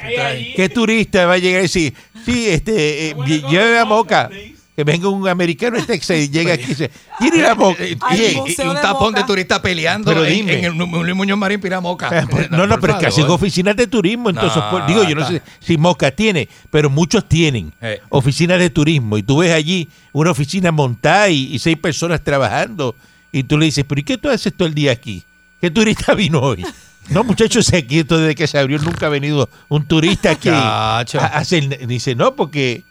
Speaker 3: ¿Qué turista va a llegar y decir, sí, este, eh, lle- lléveme a Moca? Que venga un americano este de Texas y llega aquí y dice, ¿quién ir a Moca?
Speaker 4: Eh,
Speaker 2: Ay,
Speaker 4: y-
Speaker 3: Oye,
Speaker 4: y-
Speaker 2: Museo
Speaker 4: y un
Speaker 2: de
Speaker 4: tapón
Speaker 2: Moca.
Speaker 4: de turistas peleando
Speaker 3: Pero
Speaker 4: en-
Speaker 3: dime.
Speaker 4: en, el Mu- Luis Muñoz Marín Piramoca.
Speaker 3: Ah, pues, No, no,
Speaker 4: Por
Speaker 3: pero es que hacen
Speaker 4: favor.
Speaker 3: oficinas de turismo. Entonces,
Speaker 4: No,
Speaker 3: pues, digo, yo no
Speaker 4: está.
Speaker 3: sé si Moca tiene, pero muchos tienen
Speaker 4: Eh.
Speaker 3: oficinas de turismo. Y tú ves allí una oficina montada y, y seis personas trabajando. Y tú le dices, pero ¿y qué tú haces todo el día aquí? ¿Qué turista vino hoy? No, muchachos, aquí esto desde que se abrió nunca ha venido un turista aquí. a-
Speaker 4: Chacho.
Speaker 3: a hacer- dice, no, porque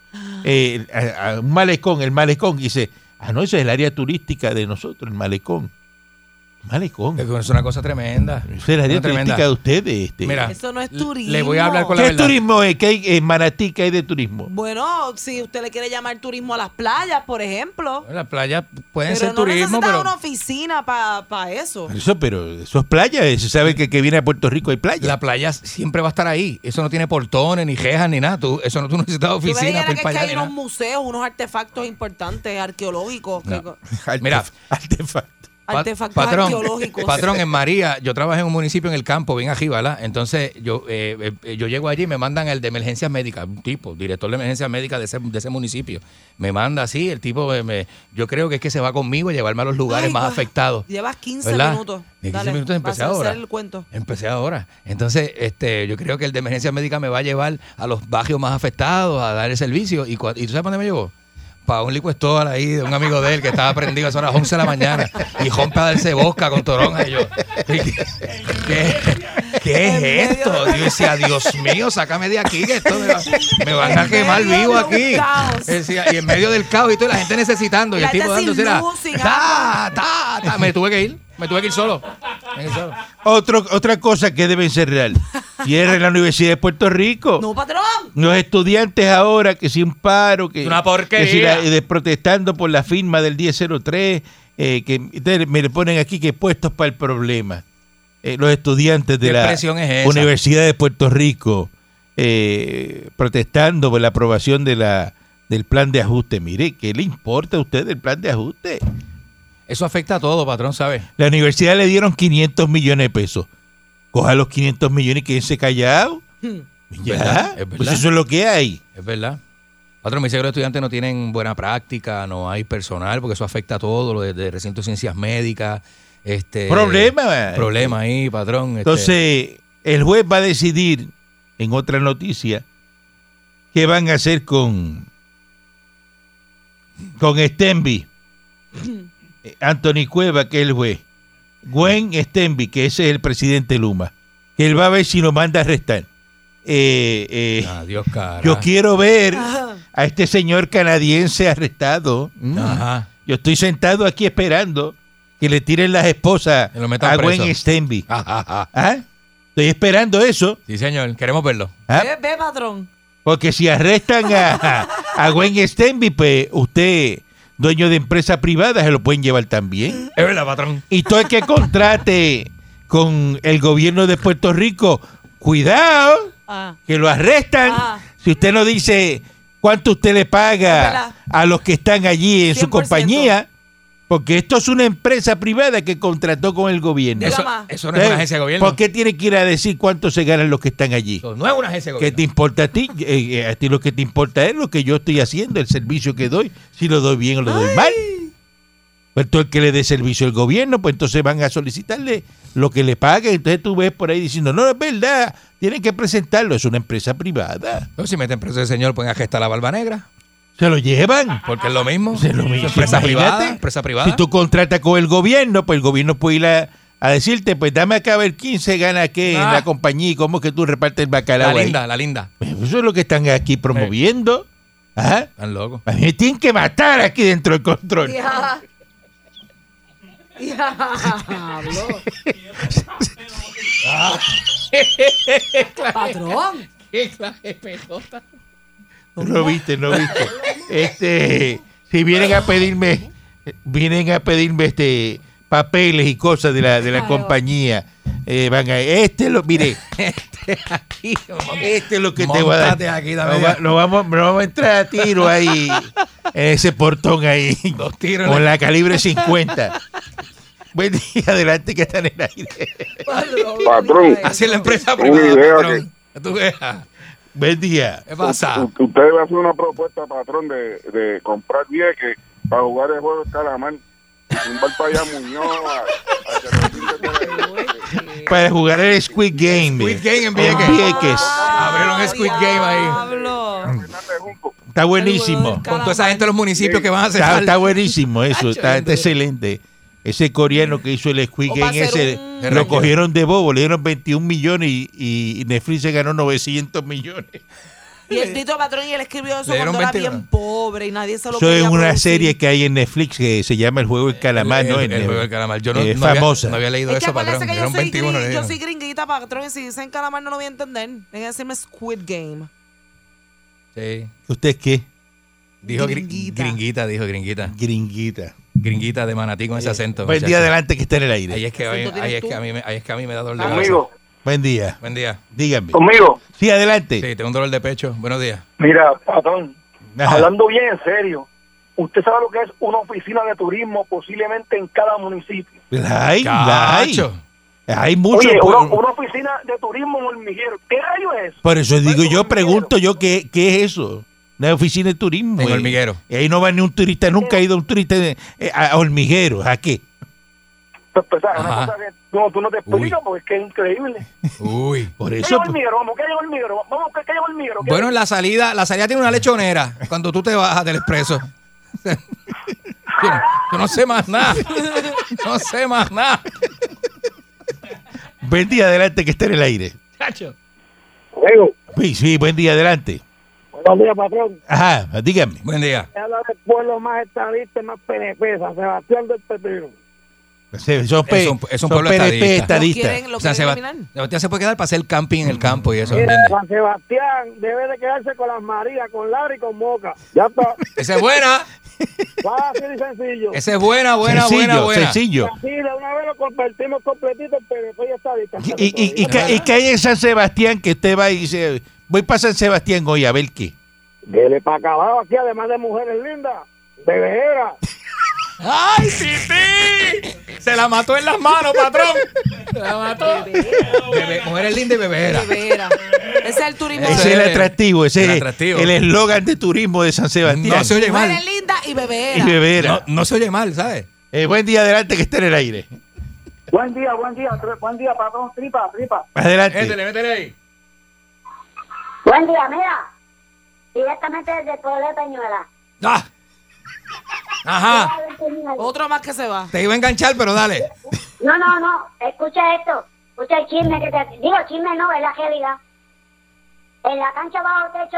Speaker 3: eh, a- a un malecón, el malecón, dice, ah, no, eso es el área turística de nosotros, el malecón. Malecón.
Speaker 4: Es una cosa tremenda.
Speaker 3: Esa es la
Speaker 4: Una
Speaker 3: idea
Speaker 4: tremenda.
Speaker 3: turística de ustedes. este.
Speaker 4: Mira,
Speaker 2: Eso no es
Speaker 4: le-
Speaker 2: turismo.
Speaker 4: Le voy a hablar con la
Speaker 3: ¿Qué
Speaker 4: verdad.
Speaker 3: turismo es? ¿Qué hay en Manatí? ¿Qué hay de turismo?
Speaker 2: Bueno, si usted le quiere llamar turismo a las playas, por ejemplo.
Speaker 4: Las playas pueden
Speaker 2: Pero
Speaker 4: ser
Speaker 2: no
Speaker 4: turismo,
Speaker 2: necesitas
Speaker 4: pero
Speaker 2: una oficina para eso.
Speaker 3: Eso, pero eso es playa. Se sabe que que viene a Puerto Rico hay playa.
Speaker 4: la playa siempre va a estar ahí. Eso no tiene portones, ni rejas, ni nada. Tú- eso no tú no necesitas
Speaker 2: Tú me
Speaker 4: oficina
Speaker 2: dijeras
Speaker 3: pues,
Speaker 4: para ir
Speaker 2: que, es que
Speaker 4: para allá.
Speaker 2: hay
Speaker 4: ni
Speaker 2: unos
Speaker 4: nada.
Speaker 2: museos, unos artefactos importantes arqueológicos, que-
Speaker 4: No.
Speaker 3: Mira,
Speaker 4: Mira.
Speaker 3: artefacto.
Speaker 4: Pa-
Speaker 2: artefactos arqueológicos.
Speaker 4: Patrón, en María, yo trabajo en un municipio en el campo, bien arriba, ¿verdad? Entonces, yo, eh, eh, yo llego allí y me mandan el de emergencias médicas, un tipo, director de emergencias médicas de ese, de ese municipio. Me manda así, el tipo, eh, me- yo creo que es que se va conmigo a llevarme a los lugares
Speaker 2: Ay,
Speaker 4: más
Speaker 2: guau.
Speaker 4: afectados.
Speaker 2: Llevas 15
Speaker 4: ¿Verdad?
Speaker 2: minutos.
Speaker 4: De 15
Speaker 2: Dale,
Speaker 4: minutos empecé
Speaker 2: vas a
Speaker 4: ahora.
Speaker 2: hacer el cuento.
Speaker 4: Empecé ahora. Entonces, este, yo creo que el de emergencia médica me va a llevar a los barrios más afectados a dar el servicio. ¿Y, cua- y tú sabes para dónde me llevó? Para un licuestor ahí de un amigo de él que estaba prendido a eso a las 11 de la mañana y rompe a darse bosca con toronja. Y yo, ¿qué, qué- qué
Speaker 2: En medio
Speaker 4: es esto?
Speaker 2: de-
Speaker 4: Yo decía, Dios mío, sácame de aquí, que esto me, va- me van a
Speaker 2: En
Speaker 4: quemar
Speaker 2: medio
Speaker 4: vivo
Speaker 2: de un
Speaker 4: aquí.
Speaker 2: caos.
Speaker 4: Decía, y en medio del caos y toda la gente necesitando. Y
Speaker 2: La
Speaker 4: el tipo
Speaker 2: gente sin
Speaker 4: dándose la-
Speaker 2: luz, sin
Speaker 4: ta, ta, ta. Me tuve que ir, me tuve que ir solo. Me tuve que ir solo.
Speaker 3: Otro, otra cosa que debe ser real. Cierre la Universidad de Puerto Rico.
Speaker 2: No, patrón.
Speaker 3: Los estudiantes ahora que sin paro, que,
Speaker 4: Una porquería.
Speaker 3: que si la- eh, protestando por la firma del 1003, eh, que ustedes me le ponen aquí que puestos para el problema. Eh, los estudiantes de
Speaker 4: ¿Qué
Speaker 3: la
Speaker 4: presión es esa?
Speaker 3: Universidad de Puerto Rico eh, protestando por la aprobación de la del plan de ajuste. Mire, ¿qué le importa a usted el plan de ajuste?
Speaker 4: Eso afecta a todo, patrón, ¿sabes?
Speaker 3: La universidad le dieron 500 millones de pesos. Coja los 500 millones y quédense callado. Ya,
Speaker 4: verdad, es
Speaker 3: pues
Speaker 4: verdad.
Speaker 3: eso es lo que hay.
Speaker 4: Es verdad. Patrón, me dice que los estudiantes no tienen buena práctica, no hay personal, porque eso afecta a todo, lo de, de recinto de ciencias médicas. Este,
Speaker 3: Problema.
Speaker 4: Problema ahí, patrón. este,
Speaker 3: Entonces, el juez va a decidir, en otra noticia, qué van a hacer con, con Stenby. Eh, Anthony Cueva, que es el juez. Gwen Stenby, que ese es el presidente Luma. Que él va a ver si lo manda a arrestar. Eh, eh,
Speaker 4: Adiós, cara.
Speaker 3: yo quiero ver
Speaker 4: ¿Eh?
Speaker 2: Ajá.
Speaker 3: a este señor canadiense arrestado. Mm.
Speaker 4: Ajá.
Speaker 3: Yo estoy sentado aquí esperando que le tiren las esposas
Speaker 4: Que lo metan
Speaker 3: a
Speaker 4: preso.
Speaker 3: Gwen Stenby.
Speaker 4: Ajá, ajá.
Speaker 3: ¿Ah? Estoy esperando eso.
Speaker 4: Sí, señor. Queremos verlo.
Speaker 3: ¿ah?
Speaker 2: Ve, ve, patrón.
Speaker 3: Porque si arrestan a, a Gwen Stenby, pues usted, dueño de empresa privada, se lo pueden llevar también.
Speaker 4: Es verdad, patrón.
Speaker 3: Y todo el que contrate con el gobierno de Puerto Rico, cuidado,
Speaker 2: Ah.
Speaker 3: que lo arrestan.
Speaker 2: Ah.
Speaker 3: Si usted no dice cuánto usted le
Speaker 2: Ojalá.
Speaker 3: paga a los que están allí en su
Speaker 2: 100%.
Speaker 3: compañía, porque esto es una empresa privada que contrató con el gobierno. ¿Eh?
Speaker 4: Eso,
Speaker 2: más.
Speaker 4: eso no es una agencia de gobierno.
Speaker 3: ¿Por qué tiene que ir a decir cuánto se ganan los que están allí?
Speaker 4: Eso No es una agencia de
Speaker 3: ¿Qué
Speaker 4: gobierno.
Speaker 3: te importa a ti? Eh, eh, a ti lo que te importa es lo que yo estoy haciendo, el servicio que doy, si lo doy bien o lo doy mal. Pues tú el que le dé servicio al gobierno, pues entonces van a solicitarle lo que le paguen. Entonces tú ves por ahí diciendo, no, no es verdad, tienen que presentarlo, es una empresa privada.
Speaker 4: Entonces, si meten preso a ese señor, pueden agestar la barba negra.
Speaker 3: Se lo llevan.
Speaker 4: Porque es lo mismo.
Speaker 3: Se lo
Speaker 4: Eso
Speaker 3: mismo.
Speaker 4: es Empresa
Speaker 3: Imagínate.
Speaker 4: privada. Empresa Ah, privada.
Speaker 3: Si tú contratas con el gobierno, pues el gobierno puede ir a, a decirte, pues dame acá a ver quién se gana qué en
Speaker 4: Ah.
Speaker 3: la compañía y cómo es que tú repartes el
Speaker 4: la
Speaker 3: bacalao. ahí.
Speaker 4: linda, la linda.
Speaker 3: Pues Eso es lo que están aquí promoviendo. Ajá.
Speaker 4: Están locos.
Speaker 3: A mí me tienen que matar aquí dentro del control.
Speaker 2: Ya. Diablo. patrón.
Speaker 3: No viste, no viste. Este, si vienen a pedirme, vienen a pedirme este papeles y cosas de la, de la compañía, eh, van a este lo mire, este es lo que te voy a
Speaker 4: Montate
Speaker 3: dar.
Speaker 4: aquí, dame
Speaker 3: no,
Speaker 4: ya.
Speaker 3: va- no vamos, no vamos a entrar a tiro ahí en ese portón ahí.
Speaker 4: Dos tiros.
Speaker 3: Con la calibre 50. Buen día, adelante que está en el aire.
Speaker 2: Patrón.
Speaker 6: Patrón.
Speaker 4: Así es la empresa
Speaker 6: Una
Speaker 4: privada,
Speaker 6: idea
Speaker 4: patrón. Tú veas.
Speaker 3: Buen día.
Speaker 4: ¿Qué pasa?
Speaker 6: U- Usted debe hacer una propuesta, patrón, de, de comprar Vieques para jugar el juego del calamar. Un bar para allá a Muñoz. a- a Cerrotín de Tele-
Speaker 3: Para jugar el Squid Game.
Speaker 4: Squid Game en
Speaker 3: En
Speaker 4: Vieques.
Speaker 3: Vieques.
Speaker 4: Abrieron Squid Game ahí.
Speaker 2: Diablo.
Speaker 6: Fernández Junco.
Speaker 3: Está buenísimo.
Speaker 4: Con toda esa gente de los municipios que van a
Speaker 3: Está,
Speaker 4: cerrar.
Speaker 3: está buenísimo eso, está, está excelente. Ese coreano que hizo el Squid
Speaker 2: O va a
Speaker 3: Game,
Speaker 2: ser
Speaker 3: ese,
Speaker 2: un-
Speaker 3: lo cogieron de bobo, le dieron 21 millones y, y Netflix se ganó 900 millones.
Speaker 2: Y el Tito Patrón, y él escribió eso
Speaker 4: Le dieron
Speaker 2: cuando era
Speaker 4: 20
Speaker 2: bien
Speaker 4: dólares.
Speaker 2: pobre y nadie se lo
Speaker 3: Eso es
Speaker 2: podía
Speaker 3: una
Speaker 2: producir.
Speaker 3: serie que hay en Netflix que se llama El Juego del Calamar,
Speaker 4: El-
Speaker 3: ¿no?
Speaker 4: el-
Speaker 3: En-
Speaker 4: el juego del calamar. Yo no,
Speaker 3: es
Speaker 4: no había-
Speaker 3: famosa.
Speaker 4: no había leído
Speaker 2: Es que
Speaker 4: eso, patrón.
Speaker 2: acuérdense que
Speaker 4: Era
Speaker 2: yo
Speaker 4: un
Speaker 2: soy,
Speaker 4: 21
Speaker 2: gring-
Speaker 4: le
Speaker 2: yo
Speaker 4: dieron.
Speaker 2: soy gringuita, patrón. y Si dicen calamar no lo voy a entender. Tienen que decirme Squid Game.
Speaker 4: Sí.
Speaker 3: ¿Usted qué?
Speaker 4: Dijo gri-
Speaker 2: Gringuita.
Speaker 4: gringuita. dijo gringuita.
Speaker 3: Gringuita.
Speaker 4: Gringuita de manatí con ese acento.
Speaker 3: Buen día
Speaker 4: muchacho.
Speaker 3: adelante que está en el aire.
Speaker 4: Ahí es que, ahí,
Speaker 2: ¿Acento tienes
Speaker 4: ahí es
Speaker 2: tú?
Speaker 4: que a mí, me- ahí es que a mí me da dolor de cabeza.
Speaker 6: Conmigo,
Speaker 3: Buen día.
Speaker 4: Buen día.
Speaker 3: Dígame.
Speaker 6: conmigo.
Speaker 3: Sí, adelante.
Speaker 4: Sí, tengo un dolor de pecho. Buenos días.
Speaker 6: Mira, patrón,
Speaker 3: Ajá.
Speaker 6: hablando bien en serio, usted sabe lo que es una oficina de turismo posiblemente en cada municipio.
Speaker 3: La hay, la hay.
Speaker 4: Cacho.
Speaker 3: Hay mucho.
Speaker 6: Oye,
Speaker 3: por,
Speaker 6: una, una oficina de turismo en hormiguero. ¿Qué rayo Pues es?
Speaker 3: por eso digo yo,
Speaker 6: Hormiguero.
Speaker 3: pregunto yo, ¿qué, qué es eso? Una oficina de turismo.
Speaker 4: En
Speaker 3: eh.
Speaker 4: Hormiguero.
Speaker 3: Y ahí no va ni un turista, nunca ha ido un turista eh, a hormigueros. ¿A qué?
Speaker 6: Pues, pues, ¿sabes? una
Speaker 4: Ajá.
Speaker 6: cosa que no, tú no te explicas porque es que es increíble.
Speaker 4: Uy.
Speaker 3: Por
Speaker 6: ¿Qué
Speaker 3: eso.
Speaker 6: lleva hormiguero? Vamos, ¿qué lleva hormiguero? Vamos, ¿qué- ¿qué lleva hormiguero? ¿Qué-
Speaker 4: Bueno, la salida, la salida tiene una lechonera cuando tú te bajas del expreso. Yo no, yo no sé más nada. No sé más nada.
Speaker 3: Buen día adelante que está en el aire.
Speaker 4: Cacho.
Speaker 6: Luego,
Speaker 3: Sí, sí, buen día adelante.
Speaker 6: buenos días, patrón.
Speaker 3: Ajá, dígame.
Speaker 4: Buen día.
Speaker 6: Habla del pueblo más estadista y más PNP, San Sebastián del Pepino.
Speaker 3: Se- Son, pe-
Speaker 4: Es un- es un
Speaker 3: son
Speaker 4: pueblo
Speaker 3: PNP
Speaker 2: ¿Lo
Speaker 3: estadista.
Speaker 2: quieren, lo
Speaker 4: O sea,
Speaker 2: quieren
Speaker 4: Seba-
Speaker 2: eliminar?
Speaker 4: Sebastián se puede quedar para hacer camping en el campo y eso, ¿entiendes?
Speaker 6: San Sebastián debe de quedarse con las Marías, con Laura y con Moca. Ya está.
Speaker 4: Esa es buena.
Speaker 6: Fácil y sencillo.
Speaker 4: Esa es buena, buena,
Speaker 3: sencillo,
Speaker 4: buena, buena.
Speaker 3: sencillo.
Speaker 6: Así de una vez lo convertimos completito en PNP y estadista.
Speaker 3: Y, y, y, que, y que hay en San Sebastián que usted va y dice, voy para San Sebastián hoy a ver qué.
Speaker 6: Dele para acabar aquí, además de mujeres lindas, de vejeras.
Speaker 4: ¡Ay, sí, sí! Se la mató en las manos, patrón. Se la mató. Bebé, mujeres lindas y bebera.
Speaker 2: De veras. Ese es el turismo
Speaker 3: Ese es
Speaker 2: de
Speaker 3: el
Speaker 4: es
Speaker 3: atractivo, ese
Speaker 4: el
Speaker 3: es
Speaker 4: atractivo.
Speaker 3: el eslogan de turismo de San Sebastián.
Speaker 4: No se oye
Speaker 2: Mujeres
Speaker 4: mal.
Speaker 2: lindas y
Speaker 3: y
Speaker 2: beberas.
Speaker 4: No,
Speaker 3: bebera.
Speaker 4: no se oye mal, ¿sabes?
Speaker 3: Eh, buen día adelante que esté en el aire.
Speaker 6: Buen día, buen día, tre- buen día, patrón, tripa, tripa.
Speaker 3: Adelante.
Speaker 4: métele ahí.
Speaker 8: Buen día, mira. Directamente desde Pueblo de Peñuela.
Speaker 4: ¡Ah! Ajá.
Speaker 2: Otro más que se va.
Speaker 4: Te iba a enganchar, pero dale.
Speaker 8: No, no, no. Escucha esto. Escucha el chisme que te... Digo, chisme no, es la realidad. En la cancha bajo techo,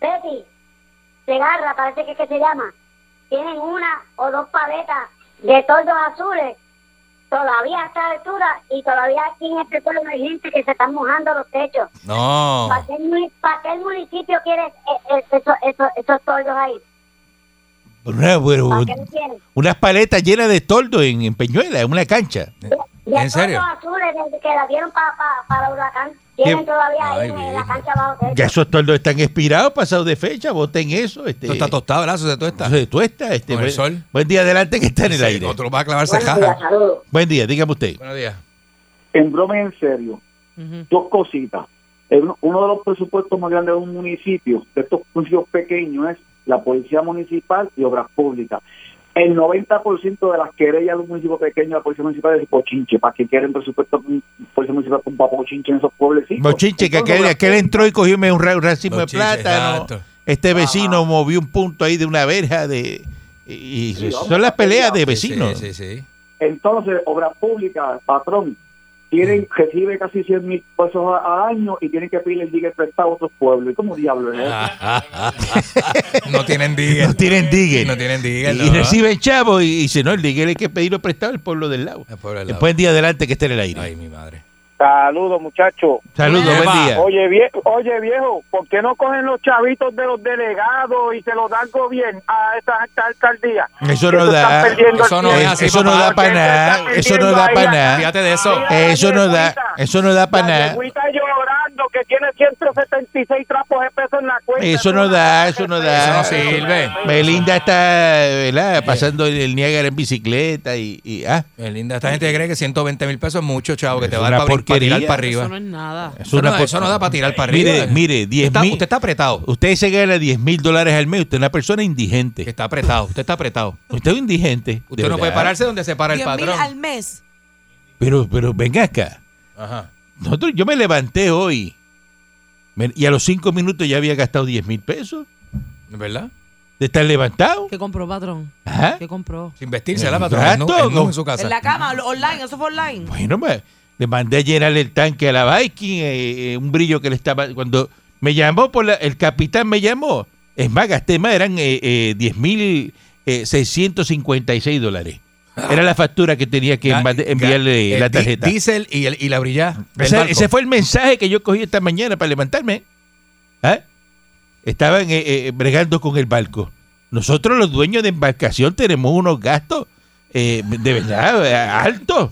Speaker 8: Betty, Segarra, parece que, es que se llama. Tienen una o dos paletas de tordos azules. Todavía a esta altura y todavía aquí en este pueblo hay gente que se está mojando los techos.
Speaker 4: No.
Speaker 8: ¿Para qué, mu- para qué municipio quieres eh, eh, esos, esos, esos tordos ahí?
Speaker 3: Una- bueno,
Speaker 8: ¿Para qué lo quieres?
Speaker 3: unas paletas llenas de toldo en, en Peñuela, en una cancha.
Speaker 8: Y
Speaker 4: ¿En serio?
Speaker 8: Los azules desde que la dieron para pa, para Huracán tienen
Speaker 3: ¿Qué?
Speaker 8: todavía ahí
Speaker 4: Ay,
Speaker 8: en
Speaker 4: bien.
Speaker 8: la cancha abajo.
Speaker 3: Ya esos toldos están expirados, pasados de fecha, voten eso. Este,
Speaker 4: Esto está tostado, ¿verdad? Eso se tuesta.
Speaker 3: se tuesta, este,
Speaker 4: Con el
Speaker 3: buen,
Speaker 4: sol.
Speaker 3: buen día adelante que está en el
Speaker 4: Sí,
Speaker 3: aire.
Speaker 4: Otro va a clavarse
Speaker 8: Buenos
Speaker 4: jaja.
Speaker 8: días, saludos.
Speaker 3: Buen día, dígame usted.
Speaker 4: Buenos días.
Speaker 9: en broma y en serio,
Speaker 2: Ujú.
Speaker 9: dos cositas. El- Uno de los presupuestos más grandes de un municipio, de estos municipios pequeños, es la policía municipal y obras públicas. El 90% de las querellas de los municipios pequeños, la policía municipal es pochinche. ¿Para que quieren presupuesto con policía municipal con pochinche en esos pueblecitos?
Speaker 3: Mochinche, que aquel,
Speaker 9: Entonces,
Speaker 3: aquel entró y cogió un, ra- un racimo de
Speaker 4: Mochinche,
Speaker 3: plátano.
Speaker 4: exacto.
Speaker 3: Este vecino movió un punto ahí de una verja de... Y, y
Speaker 9: Sí, vamos
Speaker 3: son las
Speaker 9: a
Speaker 3: peleas
Speaker 9: pelear.
Speaker 3: de vecinos.
Speaker 4: Sí, sí, sí.
Speaker 9: Entonces, obras públicas, patrón, tienen, recibe casi 100 mil pesos a- al año y tienen que pedir el dique prestado a otros pueblos. ¿Y cómo diablos es eso?
Speaker 4: No tienen diga.
Speaker 3: No tienen digger.
Speaker 4: No tienen diga.
Speaker 3: y,
Speaker 4: no.
Speaker 3: y reciben chavo y, y dice, no, el digger hay que pedirlo prestado al pueblo del lado.
Speaker 4: Ah, pobre lado.
Speaker 3: Buen día adelante que esté en el aire.
Speaker 4: Ay, mi madre.
Speaker 6: Saludos, muchachos.
Speaker 3: Saludos,
Speaker 4: Epa.
Speaker 3: buen día.
Speaker 6: Oye, vie- oye, viejo, ¿por qué no cogen los chavitos de los delegados y se los dan gobierno a esta, esta alcaldía?
Speaker 3: Eso no da.
Speaker 6: están perdiendo
Speaker 4: Eso
Speaker 6: el
Speaker 4: no es
Speaker 6: tiempo.
Speaker 4: así,
Speaker 3: eso no
Speaker 4: papá.
Speaker 3: da para nada.
Speaker 6: Porque
Speaker 3: Eso no
Speaker 6: están
Speaker 3: da
Speaker 6: perdiendo
Speaker 3: para
Speaker 6: ahí
Speaker 3: nada. Eh,
Speaker 4: Fíjate de eso.
Speaker 6: Mira, la
Speaker 3: Eso no da.
Speaker 6: yegüita.
Speaker 3: Eso no da para
Speaker 6: La
Speaker 3: nada.
Speaker 6: yegüita llorando que tiene 176 trapos de peso en la cuenta.
Speaker 3: Eso no da. Eso no
Speaker 4: Eso
Speaker 3: da.
Speaker 4: no sirve.
Speaker 3: Belinda está, ¿verdad? Pasando el Niágara en bicicleta y, y- ah,
Speaker 4: Qué linda. Esta gente cree que 120 mil pesos es mucho, chavo, que
Speaker 3: Es
Speaker 4: te va a
Speaker 3: una
Speaker 4: dar para, para
Speaker 3: porquería.
Speaker 4: tirar para arriba.
Speaker 2: Eso no es nada.
Speaker 3: es
Speaker 4: Eso
Speaker 3: una
Speaker 4: no,
Speaker 3: por-
Speaker 4: eso no da para tirar para arriba.
Speaker 3: Mire, mire, 10
Speaker 4: Está-
Speaker 3: mil.
Speaker 4: Usted está apretado.
Speaker 3: Usted se gana 10 mil dólares al mes. Usted es una persona indigente.
Speaker 4: Está apretado. Usted está apretado.
Speaker 3: Usted es un indigente.
Speaker 4: Usted
Speaker 3: de
Speaker 4: no puede
Speaker 3: verdad.
Speaker 4: pararse donde se para el
Speaker 2: 10 mil al
Speaker 4: patrón.
Speaker 2: mes.
Speaker 3: Pero, pero venga acá.
Speaker 4: Ajá.
Speaker 3: Nosotros, yo me levanté hoy me- y a los 5 minutos ya había gastado 10 mil pesos
Speaker 4: ¿Verdad?
Speaker 3: de estar levantado.
Speaker 2: ¿Qué compró, patrón?
Speaker 4: ¿Eh?
Speaker 3: Ajá.
Speaker 2: ¿Qué compró?
Speaker 4: Sin vestirse, la patrón.
Speaker 3: Exacto.
Speaker 4: Es nu- es nu en su casa.
Speaker 2: En la cama, lo- online, eso fue online.
Speaker 3: pues, Bueno, ma- le mandé a llenar el tanque a la Viking, eh, eh, un brillo que le estaba... Cuando Me llamó por la, el capitán me llamó. Es más, gasté más, eran eh, eh, 10.656 dólares. Era la factura que tenía que
Speaker 4: Ga-
Speaker 3: mand-
Speaker 4: ga-
Speaker 3: enviarle
Speaker 4: el
Speaker 3: la
Speaker 4: di-
Speaker 3: tarjeta.
Speaker 4: Diesel y, el- y la brillá. del
Speaker 3: Ese,
Speaker 4: barco.
Speaker 3: ese fue el mensaje que yo cogí esta mañana para levantarme. ¿Ah? Estaban eh, eh, bregando con el barco. Nosotros los dueños de embarcación tenemos unos gastos eh, de verdad eh, altos.